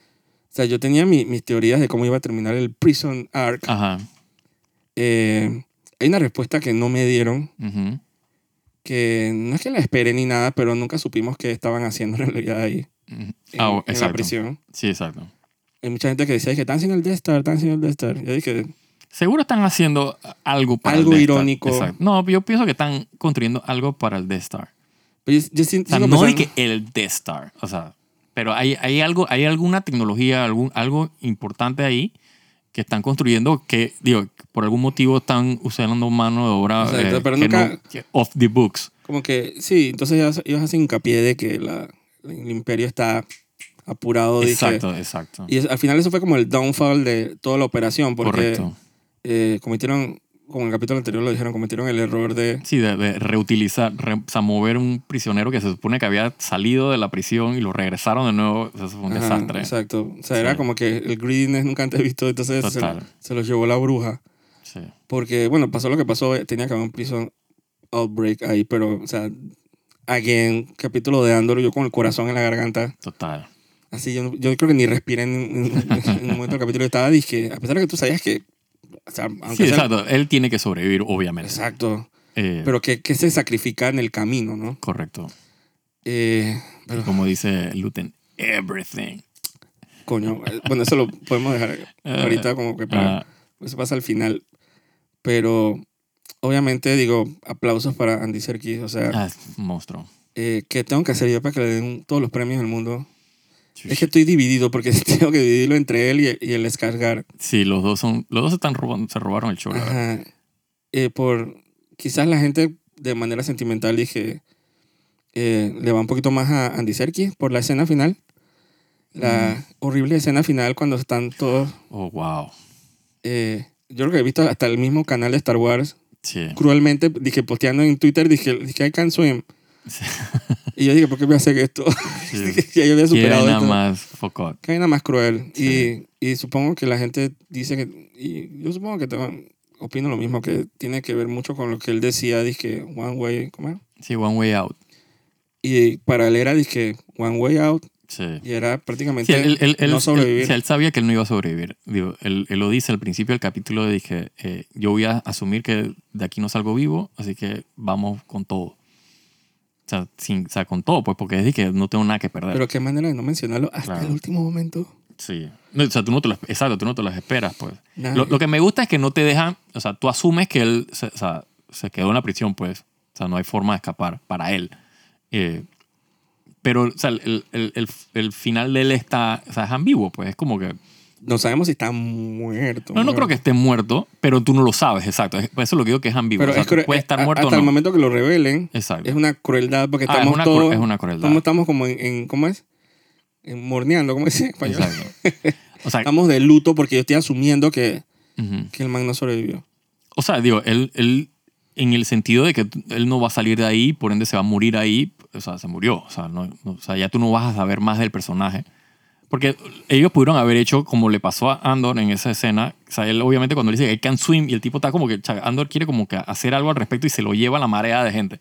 S1: o sea, yo tenía mi- mis teorías de cómo iba a terminar el Prison Arc.
S2: Ajá.
S1: Eh, hay una respuesta que no me dieron,
S2: Ujú.
S1: que no es que la esperé ni nada, pero nunca supimos qué estaban haciendo en realidad ahí,
S2: Ujú.
S1: en,
S2: Ah,
S1: en la
S2: exacto.
S1: prisión.
S2: Sí, exacto.
S1: Hay mucha gente que decía que están haciendo el Death Star, están haciendo el Death Star. Yo dije,
S2: Seguro están haciendo algo para
S1: Algo
S2: el Death Star.
S1: irónico.
S2: Exacto. No, yo pienso que están construyendo algo para el Death Star.
S1: Pero pues, yo, yo sí-
S2: O sea,
S1: sigo
S2: no de que
S1: pensando-
S2: el Death Star. O sea, pero hay, hay algo, hay alguna tecnología, algún, algo importante ahí que están construyendo que, digo, por algún motivo están usando mano de obra
S1: Exacto,
S2: eh,
S1: pero
S2: que
S1: nunca-
S2: no- que off the books.
S1: Como que, sí, entonces ellos, ellos hacen hincapié de que la, el imperio está apurado. dije.
S2: Exacto, exacto.
S1: Y es- al final eso fue como el downfall de toda la operación, porque
S2: Correcto.
S1: eh, cometieron, como en el capítulo anterior lo dijeron, cometieron el error de...
S2: Sí, de, de reutilizar, re- o sea, mover un prisionero que se supone que había salido de la prisión y lo regresaron de nuevo. Eso fue un
S1: Ajá,
S2: desastre.
S1: Exacto. O sea,
S2: Sí.
S1: era como que el greediness nunca antes visto, entonces se,
S2: Total.
S1: se los llevó la bruja.
S2: Sí.
S1: Porque, bueno, pasó lo que pasó, eh, tenía que haber un prison outbreak ahí, pero, o sea, again, capítulo de Andor, yo con el corazón en la garganta,
S2: Total.
S1: así, yo, yo creo que ni respiré en, en- en un momento del capítulo, estaba, dije, a pesar de que tú sabías que, o sea, aunque
S2: sí,
S1: sea-
S2: exacto. Él tiene que sobrevivir, obviamente.
S1: Exacto.
S2: Eh,
S1: Pero que, que se sacrifica en el camino, ¿no?
S2: correcto.
S1: Eh, pero,
S2: Como dice Luten, everything.
S1: coño, eh, bueno, eso lo podemos dejar
S2: Eh,
S1: ahorita como que para...
S2: Ah,
S1: Eso pasa al final. Pero obviamente digo, aplausos para Andy Serkis. O sea,
S2: ah, es un monstruo.
S1: eh, ¿qué tengo que hacer yo para que le den todos los premios del mundo? Es que estoy dividido porque tengo que dividirlo entre él y, y el Skarsgård.
S2: Sí, los dos son, los dos están robando, se robaron el show. la verdad.
S1: Ajá. Eh, por, quizás la gente de manera sentimental dije, eh, le va un poquito más a Andy Serkis por la escena final. La
S2: Mm.
S1: horrible escena final cuando están todos...
S2: Oh, wow.
S1: eh, yo creo que he visto hasta el mismo canal de Star Wars
S2: Sí.
S1: cruelmente dije posteando en Twitter dije, dije I can swim
S2: Sí.
S1: y yo dije ¿por qué voy a hacer esto?
S2: Sí.
S1: ya yo había
S2: Quieren
S1: superado
S2: nada
S1: esto
S2: más fuck off.
S1: que hay nada más cruel
S2: Sí.
S1: y, y supongo que la gente dice que y yo supongo que te- opino lo mismo que tiene que ver mucho con lo que él decía dije one way ¿cómo era?
S2: Sí, One Way Out.
S1: y para él era dije one way out
S2: Sí.
S1: y era prácticamente
S2: Sí, él, él- él-
S1: no
S2: él-
S1: sobrevivir
S2: o sea, él sabía que él no iba a sobrevivir. Digo, él, él lo dice al principio del capítulo, dije, eh, yo voy a asumir que de aquí no salgo vivo, así que vamos con todo. O sea, sin, o sea, con todo, pues, porque es de que no tengo nada que perder.
S1: pero qué manera de no mencionarlo hasta
S2: Claro.
S1: el último momento
S2: sí. No, o sea, tú no te las, exacto, tú no te las esperas, pues.
S1: Nada.
S2: Lo, lo que me gusta es que no te dejan, o sea, tú asumes que él se, o sea, se quedó en la prisión, pues. O sea, no hay forma de escapar para él. Eh, pero, o sea, el, el- el- el final de él está, o sea, es ambiguo, pues. Es como que
S1: no sabemos si está muerto
S2: No, no creo que esté muerto, pero tú no lo sabes, exacto. Es- pues Eso es lo que digo que es ambiguo.
S1: pero
S2: O sea,
S1: es cruel-
S2: tú puedes estar
S1: a-
S2: muerto o
S1: hasta el
S2: no.
S1: momento que lo revelen
S2: Exacto.
S1: es una crueldad porque
S2: Ah, es
S1: estamos
S2: una, cru-
S1: todos
S2: es una crueldad.
S1: ¿Cómo estamos como en, en- cómo es? En morneando, ¿cómo dice en español?
S2: Exacto. O sea,
S1: Estamos de luto porque yo estoy asumiendo que,
S2: ujú.
S1: que el man no sobrevivió.
S2: o sea, digo, él, él en el sentido de que t- él no va a salir de ahí, por ende se va a morir ahí, o sea, se murió, o sea, no- no- o sea, ya tú no vas a saber más del personaje. Porque ellos pudieron haber hecho como le pasó a Andor en esa escena, o sea, él obviamente cuando le dice que can swim y el tipo está como que, o sea, Andor quiere como que hacer algo al respecto y se lo lleva a la marea de gente.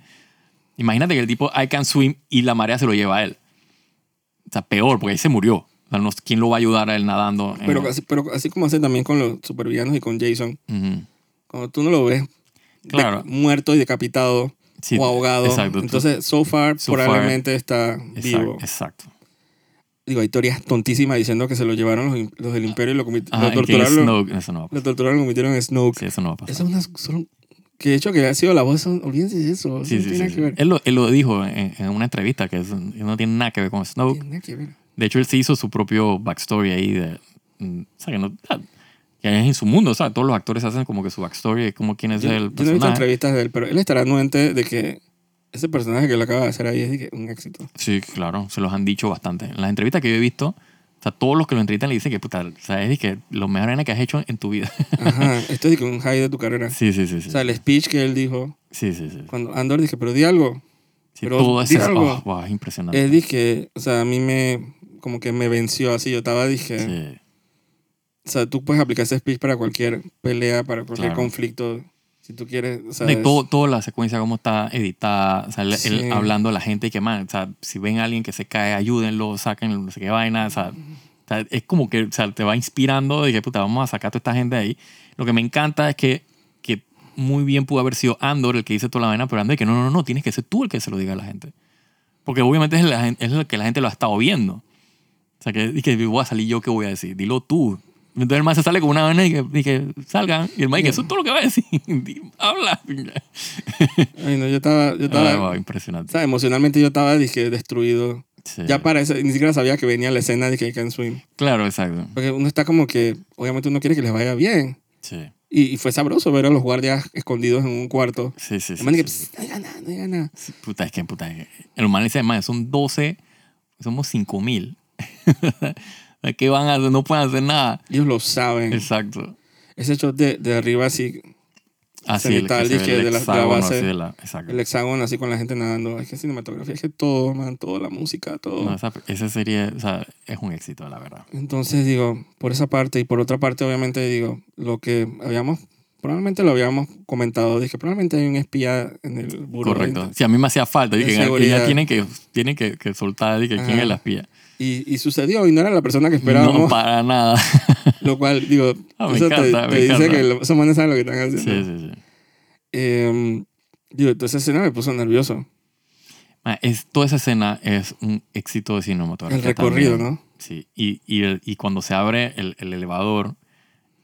S2: Imagínate que el tipo I can swim y la marea se lo lleva a él. O sea, peor, porque ahí se murió. O sea, no- ¿quién lo va a ayudar a él nadando? en-
S1: Pero, así, pero así como hace también con los supervillanos y con Jason,
S2: Ujú.
S1: cuando tú no lo ves de-
S2: Claro.
S1: muerto y decapitado
S2: Sí,
S1: o ahogado,
S2: exacto, tú-
S1: entonces so far
S2: So far.
S1: probablemente está
S2: Exacto.
S1: vivo.
S2: exacto.
S1: Digo, hay teorías tontísimas diciendo que se lo llevaron los, im- los del imperio y lo, comi-
S2: Ajá,
S1: lo
S2: y que
S1: torturaron, lo,
S2: Snoke- eso no va a pasar.
S1: lo torturaron y lo convirtieron en Snoke.
S2: Sí, eso no va a pasar.
S1: Esa es una... Son, que de hecho que ha sido la voz, son- olvídense de eso. eso
S2: Sí,
S1: no
S2: sí,
S1: tiene
S2: sí,
S1: nada
S2: sí.
S1: que ver.
S2: Él, lo, él lo dijo en, en una entrevista que eso no tiene nada que ver con
S1: No
S2: Snoke.
S1: tiene nada que ver.
S2: De hecho, él se hizo su propio backstory ahí. De, mm, o sea, que no- ah, que es en su mundo, o sea, todos los actores hacen como que su backstory de cómo quién es
S1: Yo, yo
S2: el
S1: no he visto
S2: personaje.
S1: entrevistas de él, pero él estará anuente de que ese personaje que lo acaba de hacer ahí es de que un éxito.
S2: Sí, claro, se los han dicho bastante. En las entrevistas que yo he visto, o sea, todos los que lo entrevistan le dicen que, puta, o sea, es de que lo mejor anime que has hecho en tu vida.
S1: Ajá, esto es de que un high de tu carrera.
S2: sí, sí, sí. Sí,
S1: Ah. O sea, el speech que él dijo,
S2: sí, sí. sí.
S1: cuando Andor dije, pero di algo.
S2: Sí,
S1: pero
S2: todo
S1: di
S2: ese
S1: algo.
S2: oh, wow, es impresionante.
S1: Él dije, o sea, a mí me, como que me venció así. Yo estaba, dije,
S2: Sí.
S1: o sea, tú puedes aplicar ese speech para cualquier pelea, para cualquier
S2: Claro.
S1: conflicto, si tú quieres. O sea,
S2: De
S1: es-
S2: todo, toda la secuencia, cómo está editada, o sea, él- él
S1: Sí.
S2: hablando a la gente y que, man, o sea, si ven a alguien que se cae, ayúdenlo, saquen no sé qué vaina, o sea, o sea, es como que o sea, te va inspirando de que, puta, vamos a sacar a toda esta gente de ahí. Lo que me encanta es que, que muy bien pudo haber sido Andor el que dice toda la vaina, pero Andor que no, no, no, no, tienes que ser tú el que se lo diga a la gente. Porque obviamente es, la, gen- es lo que la gente lo ha estado viendo. O sea, que, y que voy a salir yo, ¿qué voy a decir? Dilo tú. Entonces el man se sale con una vaina y que, y que salgan. Y el man dice, eso es todo lo que va a decir. Di- Habla.
S1: Ay, no, yo estaba, yo
S2: Ah,
S1: estaba,
S2: wow,
S1: o
S2: impresionante.
S1: sea, emocionalmente yo estaba, dije, destruido.
S2: Sí.
S1: Ya para eso, ni siquiera sabía que venía la escena de que I Can Swim.
S2: Claro, exacto.
S1: Porque uno está como que, obviamente uno quiere que les vaya bien.
S2: Sí,
S1: Y, y fue sabroso ver a los guardias escondidos en un cuarto.
S2: sí, sí. sí,
S1: Además de que,
S2: sí, sí.
S1: "Psst, no diga nada, no diga nada.
S2: Sí, Puta, es que, puta, es que- el man le dice, man, son 12, somos 5 mil. ¿Qué van a hacer? No pueden hacer nada.
S1: Ellos lo saben.
S2: Exacto.
S1: Ese shot de, de arriba así,
S2: Así el que
S1: Cenital,
S2: se ve
S1: dije, de la-
S2: el
S1: de la
S2: hexágono,
S1: base.
S2: así de la- exacto.
S1: el hexágono así con la gente nadando. Es que cinematografía, es que todo, man, toda la música, todo.
S2: No, esa, esa serie o sea, es un éxito, la verdad.
S1: Entonces digo, por esa parte y por otra parte obviamente digo, lo que habíamos, probablemente lo habíamos comentado, dije, probablemente hay un espía en el buró.
S2: Correcto. Si a mí me hacía falta,
S1: De
S2: dije, "Ah, que
S1: seguridad.
S2: ya tienen que, tienen que, que soltar, dije, ¿quién
S1: Ajá.
S2: es la espía?
S1: Y, y sucedió, y no era la persona que
S2: No,
S1: esperábamos,
S2: para nada.
S1: lo cual digo,
S2: Ah, me
S1: eso
S2: encanta,
S1: te,
S2: me
S1: te dice
S2: encanta.
S1: que lo- esos manes saben lo que están haciendo.
S2: sí, sí, sí.
S1: Eh, digo, entonces esa escena me puso nervioso.
S2: Ma, es, toda esa escena es un éxito de cinematografía.
S1: el recorrido,
S2: también.
S1: ¿no?
S2: Sí, y, y, el- y cuando se abre el, el elevador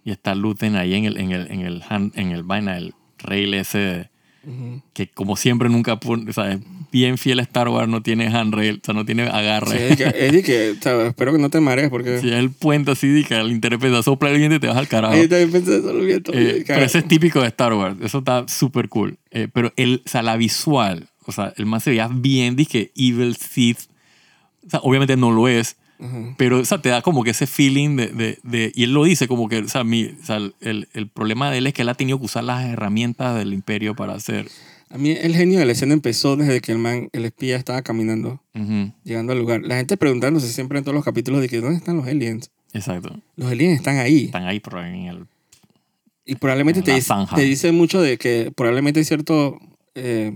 S2: y está Luten ahí en el, en el, en el, hand- en el vaina, el rail ese de-
S1: Ujú.
S2: que como siempre nunca pone, o sea, es bien fiel a Star Wars, no tiene handrail, o sea, no tiene
S1: Sí,
S2: agarre.
S1: es que, es de que, o sea, espero que no te marees porque...
S2: Si es el puente así, de que al intérprete sopla el viento y te vas al carajo.
S1: Ahí también pensé eso, lo vi, todo,
S2: ah. Eh,
S1: cara.
S2: pero ese es típico de Star Wars. Eso está súper cool. Eh, pero el, o sea, la visual, o sea, el más se veía bien, dije, Evil Sith. O sea, obviamente no lo es,
S1: Ajá.
S2: pero o sea, te da como que ese feeling de, de- de- Y él lo dice como que, o sea, mi, o sea, el, el problema de él es que él ha tenido que usar las herramientas del imperio para hacer...
S1: A mí el genio de la escena empezó desde que el man, el espía, estaba caminando,
S2: Ujú,
S1: llegando al lugar. La gente preguntándose siempre en todos los capítulos de que ¿dónde están los aliens?
S2: Exacto.
S1: Los aliens están ahí.
S2: Están ahí, pero en el...
S1: Y probablemente
S2: En
S1: te,
S2: la
S1: dice-
S2: zanja.
S1: te dice mucho de que probablemente hay cierto eh,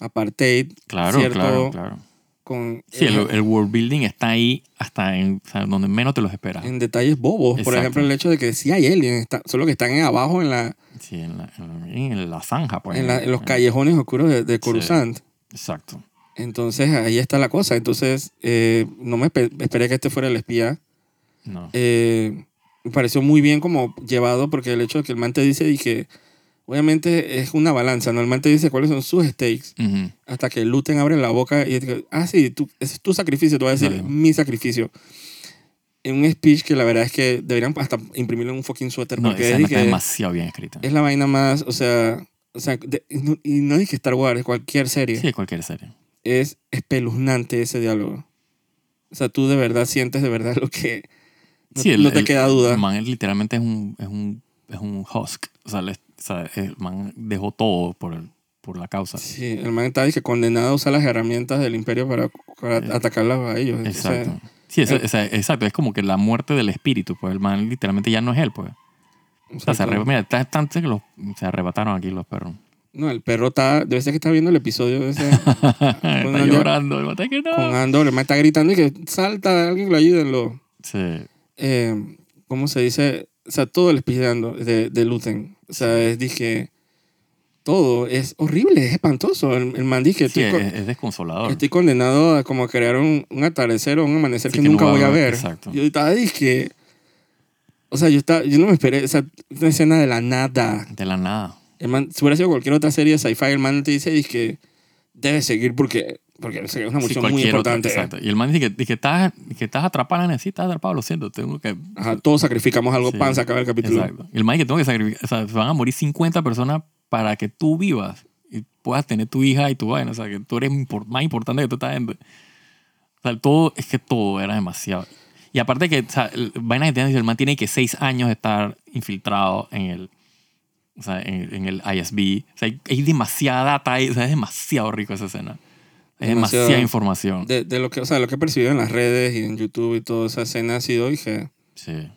S1: apartheid
S2: Claro,
S1: Cierto.
S2: claro, claro.
S1: con, eh,
S2: Sí, el,
S1: en,
S2: el world building está ahí hasta en o sea, donde menos te los esperas.
S1: en detalles bobos. Por
S2: Exacto.
S1: ejemplo, el hecho de que sí hay aliens, está- solo que están en abajo en, la,
S2: Sí, en la, en- en la zanja, pues.
S1: en, la- en los callejones oscuros de, de Coruscant.
S2: Exacto.
S1: Entonces ahí está la cosa. Entonces eh, no me espe- esperé que este fuera el espía.
S2: No.
S1: eh, me pareció muy bien como llevado porque el hecho de que el man te dice y que obviamente es una balanza, ¿no? El man te dice cuáles son sus stakes
S2: Ujú.
S1: hasta que Luten abre la boca y dice, ah, sí, tú, ese es tu sacrificio, tú vas a decir,
S2: Claro.
S1: mi sacrificio. En un speech que la verdad es que deberían hasta imprimirle un fucking suéter
S2: No,
S1: porque Eh,
S2: esa
S1: es,
S2: no
S1: y
S2: está
S1: que
S2: demasiado bien escrita.
S1: es la vaina más, o sea, o sea de- y no- y no es que Star Wars, es cualquier serie,
S2: Sí, cualquier serie.
S1: es espeluznante ese diálogo. O sea, tú de verdad sientes de verdad lo que... No,
S2: Sí, el-
S1: no te
S2: el-
S1: queda
S2: el
S1: duda.
S2: Man, él literalmente es un, es un, es un husk. O sea, él es- o sea, el man dejó todo por, el- por la causa.
S1: Sí, el man está dije, condenado a usar las herramientas del imperio para, para
S2: Eh,
S1: atacarlas a ellos. Entonces,
S2: Exacto. Sí, eso-
S1: eh.
S2: esa- exacto. Es como que la muerte del espíritu, pues el man literalmente ya no es él, pues. O sea, se
S1: exacto.
S2: arre- mira, está tanto que los, se arrebataron aquí los perros.
S1: No, el perro está, debe ser que está viendo el episodio ese
S2: está
S1: ya-
S2: llorando, el man, que no.
S1: con Andor. El man está gritando y que salta, alguien lo ayúdenlo.
S2: Sí,
S1: eh, ¿cómo se dice? O sea, todo el speech de, Andor- de, de Luten. O sea, es, dije, todo es horrible, es espantoso. El, el man dije,
S2: Sí,
S1: estoy,
S2: es,
S1: co-
S2: es desconsolador.
S1: estoy condenado a como crear un, un atardecer o un amanecer
S2: Sí,
S1: que,
S2: que no
S1: nunca
S2: va a
S1: voy a
S2: haber,
S1: ver.
S2: exacto.
S1: Yo estaba, dije, o sea, yo, estaba, yo no me esperé, o sea, una escena de la nada.
S2: De la nada.
S1: El man, si hubiera sido cualquier otra serie de sci-fi, el man te dice, dije, debes seguir porque, porque es una
S2: Sí,
S1: misión muy
S2: cualquier otro,
S1: importante.
S2: exacto. Y el man dice que, dice que estás, que estás atrapado, Ana, sí, estás atrapado, lo siento, tengo que...
S1: Ajá, todos sacrificamos algo
S2: Sí,
S1: pan, se acaba el capítulo.
S2: Exacto. Y el man dice que tengo que sacrificar, o sea, se van a morir 50 personas para que tú vivas y puedas tener tu hija y tu vaina, o sea, que tú eres impor- más importante que toda esta gente. O sea, todo, es que todo era demasiado. Y aparte que, o sea, el- vainas que tiene, el man tiene que 6 años estar infiltrado en el... O sea, en, en el ISB. O sea, hay, hay demasiada data ahí. O sea, es demasiado rico esa escena. Es
S1: Demasiado.
S2: demasiada información.
S1: de, de lo que o sea lo que he percibido en las redes y en YouTube y toda esa escena ha sido dije
S2: Sí.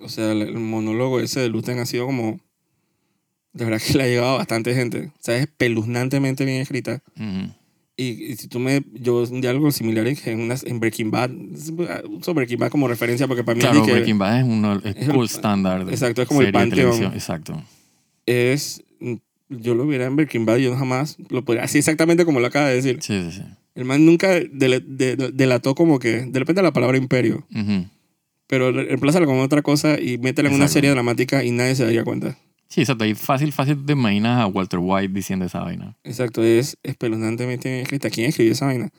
S1: o sea el, el monólogo ese de Luten ha sido como de verdad que le ha llegado a bastante gente o sea es espeluznantemente bien escrita
S2: Ujú.
S1: y, y si tú me yo un diálogo similar dije, en, unas, en Breaking Bad uso Breaking Bad como referencia porque para mí
S2: Claro,
S1: dije,
S2: Breaking Bad es uno es
S1: es el-
S2: cool standard. de
S1: exacto, es como el
S2: serie de
S1: panteón.
S2: televisión. Exacto.
S1: es yo lo hubiera en Breaking Bad yo jamás lo podría así exactamente como lo acaba de decir
S2: Sí, sí, sí.
S1: el man nunca dele- de- de- delató como que de repente la palabra imperio
S2: Ujú.
S1: pero reemplázala con otra cosa y métela en una
S2: Exacto.
S1: serie dramática y nadie se daría cuenta.
S2: Sí, exacto. Ahí fácil, fácil te imaginas a Walter White diciendo esa vaina.
S1: Exacto, es espeluznantemente bien escrita. ¿Quién escribió esa vaina?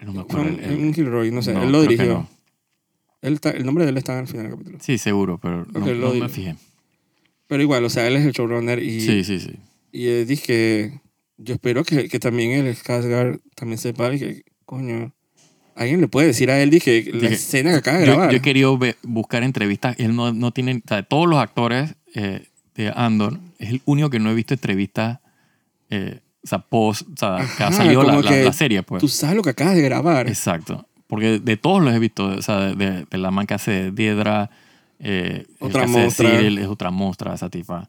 S2: No me
S1: Fue
S2: acuerdo.
S1: un,
S2: el- el-
S1: un Gilroy, no sé,
S2: no,
S1: él lo
S2: creo que
S1: dirigió.
S2: no.
S1: Él está- el nombre de él está al final del capítulo.
S2: Sí, seguro, pero no,
S1: Creo que lo
S2: no me
S1: dirigió.
S2: fijé.
S1: Pero igual, o sea, él es el showrunner y,
S2: Sí, sí, sí.
S1: y él dice que yo espero que, que también el Skarsgård también sepa y que, coño, alguien le puede decir a él, dije, la
S2: Dije,
S1: escena que acaba de
S2: Yo,
S1: grabar.
S2: yo he querido ve- buscar entrevistas. Él no, no tiene. O sea, de todos los actores eh, de Andor, es el único que no he visto entrevistas. eh, o sea, post. O sea, que ha
S1: Ajá,
S2: salido la,
S1: como
S2: la-
S1: que
S2: la serie, pues.
S1: Tú sabes lo que acabas de grabar.
S2: Exacto. Porque de todos los he visto, o sea, de, de- de la man que hace de Diedra, eh, el
S1: Otra
S2: que hace de
S1: monstrua.
S2: Cyril, es otra monstrua esa tipa.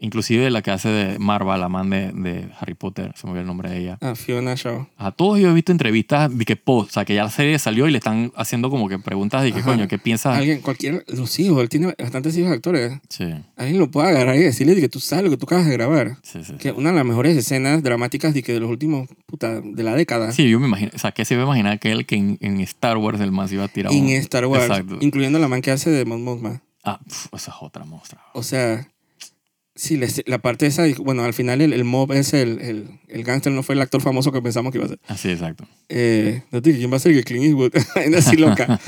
S2: Inclusive la que hace de Marva, la man de, de Harry Potter, se me olvidó el nombre de ella.
S1: Ah, Fiona Shaw.
S2: A todos yo he visto entrevistas de que post, o sea, que ya la serie salió y le están haciendo como que preguntas de que
S1: Ajá.
S2: coño, ¿qué piensas?
S1: Alguien, cualquiera, los hijos, él tiene bastantes hijos actores.
S2: Sí,
S1: alguien lo puede agarrar y decirle de que tú sabes lo que tú acabas de grabar.
S2: sí, sí.
S1: Que una de las mejores escenas dramáticas de, que de los últimos, puta, de la década.
S2: Sí, yo me imagino, o sea, que se iba a imaginar que él que en, en Star Wars el man se iba a tirar
S1: en
S2: un-
S1: Star Wars,
S2: Exacto.
S1: incluyendo la man que hace de Mon Mothma.
S2: Ah, pf, esa es otra monstrua.
S1: O sea, sí, la, la parte esa, y bueno, al final el, el mob es el, el, el gángster, no fue el actor famoso que pensamos que iba a ser.
S2: Así, Ah, exacto.
S1: Eh, no te digo, ¿quién va a ser que Clint Eastwood? Era así loca.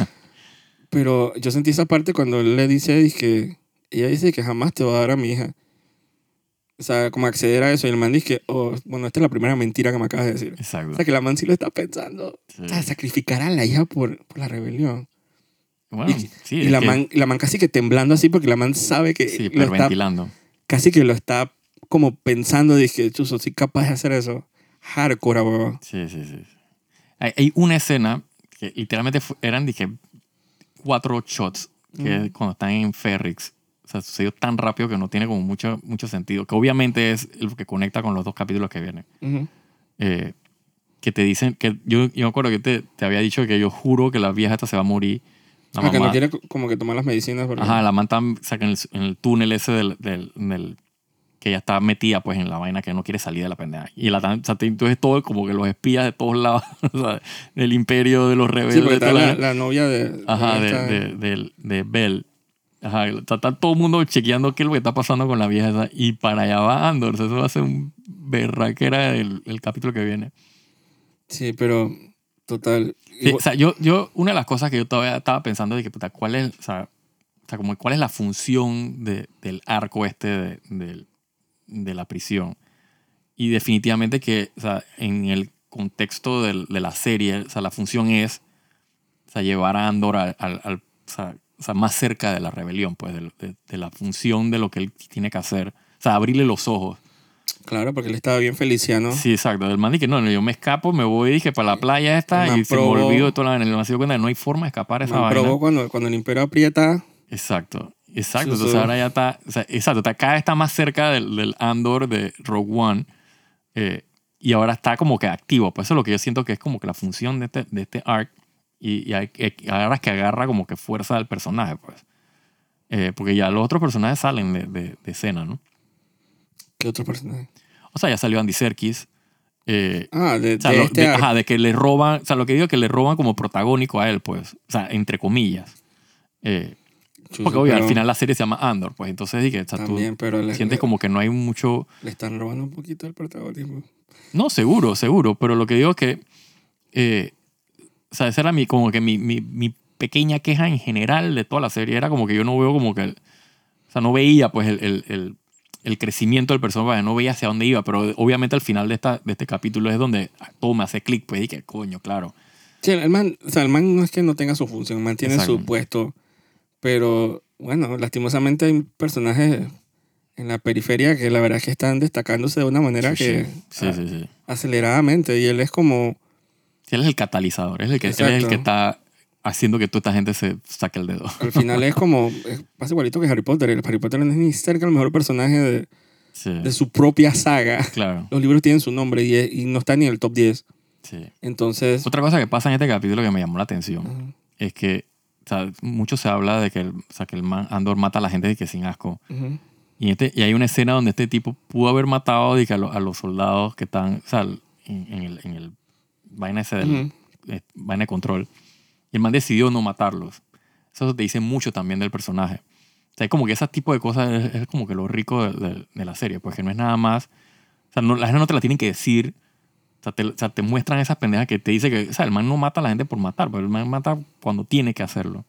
S1: Pero yo sentí esa parte cuando él le dice, que ella dice que jamás te va a dar a mi hija. O sea, como acceder a eso. Y el man dice, oh, bueno, esta es la primera mentira que me acabas de decir. O
S2: Exacto.
S1: sea, que la man sí lo está pensando.
S2: Sí.
S1: O sea, sacrificar a la hija por, por la rebelión.
S2: Bueno,
S1: y-
S2: sí,
S1: y
S2: es
S1: la,
S2: que-
S1: man, y la man casi que temblando así porque la man sabe que
S2: Sí,
S1: Eh, lo está,
S2: hiperventilando.
S1: casi que lo está como pensando. Dije, chuso, soy capaz de hacer eso. Hardcore, ah, abogado.
S2: Sí, sí, sí. Hay, hay una escena que literalmente fu- eran, dije, cuatro shots que
S1: Mm.
S2: es cuando están en Ferrix. O sea, sucedió tan rápido que no tiene como mucho, mucho sentido. Que obviamente es lo que conecta con los dos capítulos que vienen.
S1: Ujú.
S2: Eh, que te dicen, que yo, yo me acuerdo que te, te había dicho que yo juro que la vieja esta se va a morir. La
S1: Ah, que no
S2: mamá-
S1: quiere co- como que tomar las medicinas. Porque...
S2: Ajá, la manta saca en el, en el túnel ese del, del, del- que ya está metida pues en la vaina que no quiere salir de la pendeja. Y la tan- o sea, te- entonces todo como que los espías de todos lados, o sea, del imperio, de los rebeldes,
S1: Sí, porque
S2: de toda
S1: está
S2: la
S1: la,
S2: vaina.
S1: la novia de...
S2: Ajá, de,
S1: esta-
S2: de, del- de Bell. Ajá, o sea, está todo el mundo chequeando qué es lo que está pasando con la vieja esa. Y para allá va Andor, o sea, eso va a ser un berraquera el, el capítulo que viene.
S1: Sí, pero total.
S2: Sí,
S1: Igual-
S2: o sea, yo, yo, una de las cosas que yo todavía estaba pensando de que, puta, ¿cuál es, o sea, o sea, como, cuál es la función de- del arco este de, del- de la prisión? Y definitivamente que, o sea, en el contexto del- de la serie, o sea, la función es, o sea, llevar a Andor al, al- al- o sea, o sea, más cerca de la rebelión, pues, del- de, de la función de lo que él tiene que hacer. O hasta abrirle los ojos.
S1: Claro, porque él estaba bien feliciano.
S2: Sí, exacto. El man dice, no, no, yo me escapo, me voy, dije, para la playa esta
S1: Man
S2: y se me
S1: probó.
S2: olvidó de toda la vaina. El man se dio cuenta de que no hay forma de escapar de esa
S1: Man,
S2: vaina.
S1: probó cuando, cuando el imperio aprieta.
S2: Exacto, exacto.
S1: Sí,
S2: Entonces
S1: sí.
S2: ahora ya está, o sea, exacto, está, cada vez está más cerca del, del Andor de Rogue One eh, y ahora está como que activo. Por eso es lo que yo siento que es como que la función de este, de este arc y, y hay- y ahora es que agarra como que fuerza al personaje, pues. Eh, porque ya los otros personajes salen de, de- de escena, ¿no?
S1: ¿Qué otro personaje?
S2: O sea, ya salió Andy Serkis. eh,
S1: Ah, de,
S2: o sea,
S1: de
S2: lo-
S1: este
S2: de-
S1: arco.
S2: ajá, de que le roban, o sea, lo que digo es que le roban como protagónico a él, pues, o sea, entre comillas. Eh,
S1: Chuzo,
S2: porque obvio, al
S1: Pues pero
S2: final la serie se llama Andor, pues entonces dije, o sea, tú
S1: También, pues, eh, pero le,
S2: sientes como que no hay mucho...
S1: le están robando un poquito el protagonismo.
S2: No, seguro, seguro, pero lo que digo es que... eh, o sea, esa era mi, como que mi, mi, mi pequeña queja en general de toda la serie, era como que yo no veo como que... el- o sea, no veía pues el, el- el- el crecimiento del personaje, no veía hacia dónde iba, pero obviamente al final de, esta, de este capítulo es donde todo me hace clic, pues dije, coño, claro.
S1: Sí, el man, o sea, el man no es que no tenga su función, mantiene
S2: Exacto.
S1: su puesto, pero bueno, lastimosamente hay personajes en la periferia que la verdad es que están destacándose de una manera
S2: Sí,
S1: que ah.
S2: sí,
S1: a-
S2: sí, sí.
S1: aceleradamente y él es como
S2: Sí, Él es el catalizador, él es el que, él es el
S1: Exacto.
S2: que está haciendo que toda esta gente se saque el dedo.
S1: al final es como es- pasa igualito que Harry Potter, el Harry Potter no es ni cerca el mejor personaje de,
S2: Sí,
S1: de su propia saga.
S2: claro.
S1: Los libros tienen su nombre y, es- y no está ni en el top 10.
S2: Sí.
S1: Entonces,
S2: Otra cosa que pasa en este capítulo que me llamó la atención
S1: ajá,
S2: es que o sea, mucho se habla de que el, o sea, que el man- Andor mata a la gente de que sin asco.
S1: ujú.
S2: Y, este, y hay una escena donde este tipo pudo haber matado de que a, lo- a los soldados que están o sea, en, en el, en el vaina ese del,
S1: Ujú.
S2: eh, vaina de control. Y el man decidió no matarlos. Eso te dice mucho también del personaje. O sea, es como que ese tipo de cosas es, es como que lo rico de, de- de la serie, pues que no es nada más. O sea, no, la gente no te la tienen que decir. O sea, te, o sea, te muestran esas pendejas que te dice que, o sea, el man no mata a la gente por matar, pero el man mata cuando tiene que hacerlo.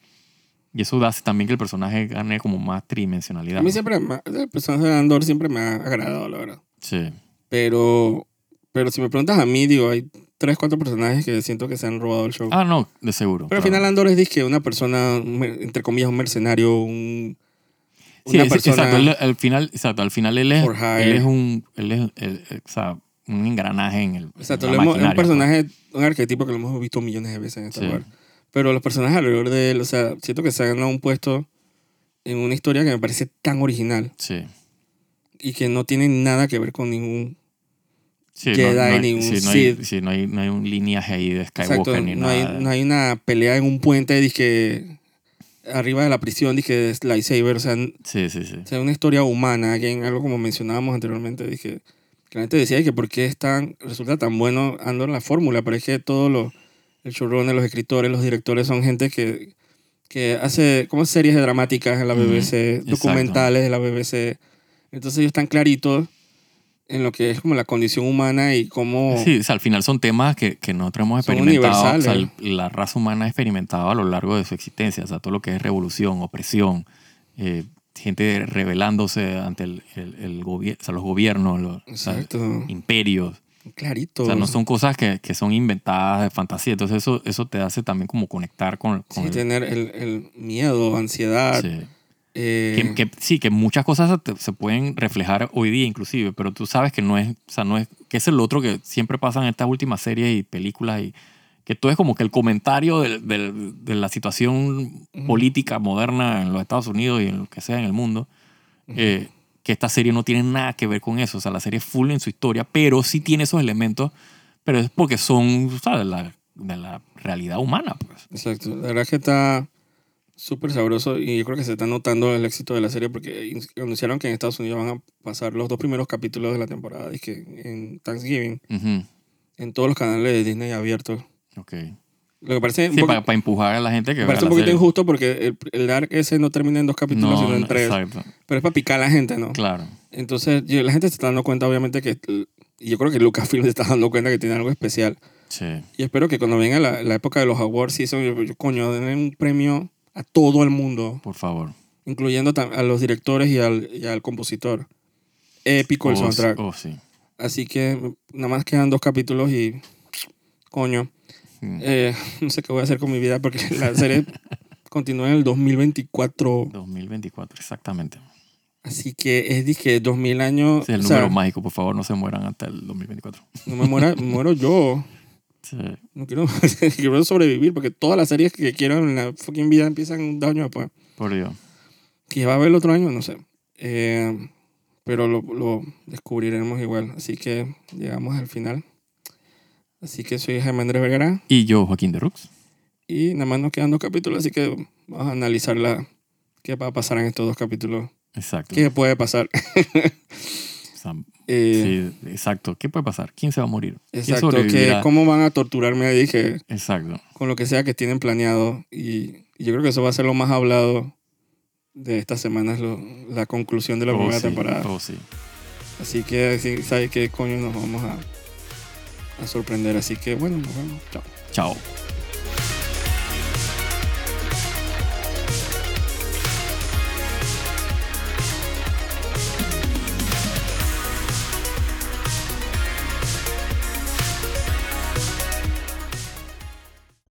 S2: Y eso hace también que el personaje gane como más tridimensionalidad.
S1: a mí
S2: ¿no?
S1: siempre, me ha- el personaje de Andor siempre me ha agradado, la verdad.
S2: Sí,
S1: Pero, pero si me preguntas a mí, digo, hay tres, cuatro personajes que siento que se han robado el show.
S2: Ah, no, de seguro.
S1: pero al
S2: claro.
S1: final Andor es disque una persona, un mer- entre comillas, un mercenario, un,
S2: Sí,
S1: una
S2: es-
S1: persona...
S2: exacto, él- al final, exacto, al final él es,
S1: For hire.
S2: él es un, él es, él- él- o sea, un engranaje en el. en
S1: Exacto,
S2: la
S1: lo hemos- es un
S2: maquinaria, pues.
S1: personaje, un arquetipo que lo hemos visto millones de veces en Star
S2: Sí.
S1: Wars. Pero los personajes alrededor de él, o sea, siento que se han ganado un puesto en una historia que me parece tan original
S2: pues. Sí.
S1: y que no tiene nada que ver con ningún...
S2: Sí,
S1: Jedi,
S2: no, no hay,
S1: ningún
S2: sí, no hay-
S1: Sith.
S2: sí, no hay, no hay un lineaje ahí de Skywalker
S1: Exacto,
S2: ni
S1: no
S2: nada.
S1: hay, no hay una pelea en un puente, dizque arriba de la prisión, dizque lightsaber, o sea, n-
S2: Sí, sí, sí.
S1: o sea, una historia humana, alguien, algo como mencionábamos anteriormente, dije, que la gente decía que por qué es tan- resulta tan bueno Andor la fórmula, pero es que todos los el showrunner, los escritores, los directores son gente que, que hace como series de dramáticas en la
S2: Ujú,
S1: BBC,
S2: exacto.
S1: documentales de la BBC. Entonces ellos están claritos en lo que es como la condición humana y cómo...
S2: Sí, o sea, al final son temas que, que nosotros hemos
S1: Son
S2: experimentado. O sea,
S1: universales.
S2: el- la raza humana ha experimentado a lo largo de su existencia. O sea, todo lo que es revolución, opresión, eh, gente rebelándose ante el, el, el gobier- o sea, los gobiernos, los o sea,
S1: Exacto,
S2: imperios.
S1: clarito.
S2: O sea, no son cosas que, que son inventadas de fantasía. Entonces eso, eso te hace también como conectar con...
S1: Sí,
S2: con el-
S1: tener el, el miedo, ansiedad.
S2: sí.
S1: eh,
S2: Que, que- sí, que muchas cosas te- se pueden reflejar hoy día inclusive, pero tú sabes que no es, o sea, no es, que es el otro que siempre pasa en estas últimas series y películas y que todo es como que el comentario del- del- de la situación
S1: Ujú.
S2: política moderna en los Estados Unidos y en lo que sea en el mundo, eh, que esta serie no tiene nada que ver con eso, o sea, la serie es full en su historia, pero sí tiene esos elementos, pero es porque son, ¿sabes? De la, de la realidad humana, pues.
S1: Exacto, la verdad es que está súper sabroso y yo creo que se está notando el éxito de la serie porque in- anunciaron que en Estados Unidos van a pasar los dos primeros capítulos de la temporada y que en Thanksgiving,
S2: Ujú.
S1: en todos los canales de Disney abiertos.
S2: Ok.
S1: Lo que parece, un
S2: Sí,
S1: poqui-
S2: para, para empujar a la gente que
S1: me
S2: vea
S1: parece un
S2: la
S1: poquito
S2: serie.
S1: injusto porque el, el Dark ese no termina en dos capítulos,
S2: No,
S1: sino en
S2: no,
S1: tres.
S2: exacto.
S1: Pero es para picar a la gente, ¿no?
S2: Claro.
S1: Entonces yo- la gente se está dando cuenta obviamente que, y yo creo que Lucasfilm se está dando cuenta que tiene algo especial.
S2: Sí.
S1: Y espero que cuando venga la, la época de los awards season, yo, yo, coño, denle un premio a todo el mundo,
S2: Por favor.
S1: incluyendo tam- a los directores y al, y al compositor. Épico el
S2: Oh, sí,
S1: soundtrack.
S2: oh, sí.
S1: Así que nada más quedan dos capítulos y coño,
S2: Mm.
S1: eh, no sé qué voy a hacer con mi vida porque la serie continúa en el 2024.
S2: 2024, exactamente.
S1: Así que es disque 2000 años.
S2: Ese es el
S1: o sea,
S2: número mágico, por favor, no se mueran hasta el 2024.
S1: No me muera, muero yo.
S2: Sí.
S1: No quiero, quiero sobrevivir porque todas las series que quiero en la fucking vida empiezan un año después.
S2: Por Dios.
S1: Que va a haber el otro año, no sé. Eh, pero lo, lo descubriremos igual. Así que llegamos al final. Así que soy Jaime Andrés Vergara
S2: Y yo, Joaquín de Rux.
S1: y nada más nos quedan dos capítulos. Así que vamos a analizar la, qué va a pasar en estos dos capítulos.
S2: Exacto.
S1: ¿Qué puede pasar?
S2: O sea,
S1: Eh,
S2: sí, exacto. ¿Qué puede pasar? ¿Quién se va a morir? ¿Quién
S1: Exacto, que
S2: sobrevivirá?
S1: cómo van a torturarme, dije,
S2: Exacto.
S1: con lo que sea que tienen planeado. Y, y yo creo que eso va a ser lo más hablado de estas semanas, lo- la conclusión de la
S2: Oh,
S1: primera
S2: sí,
S1: temporada.
S2: oh, sí.
S1: Así que, así, ¿sabes qué coño nos vamos a, a sorprender? Así que, bueno, nos vemos. Chao.
S2: Chao.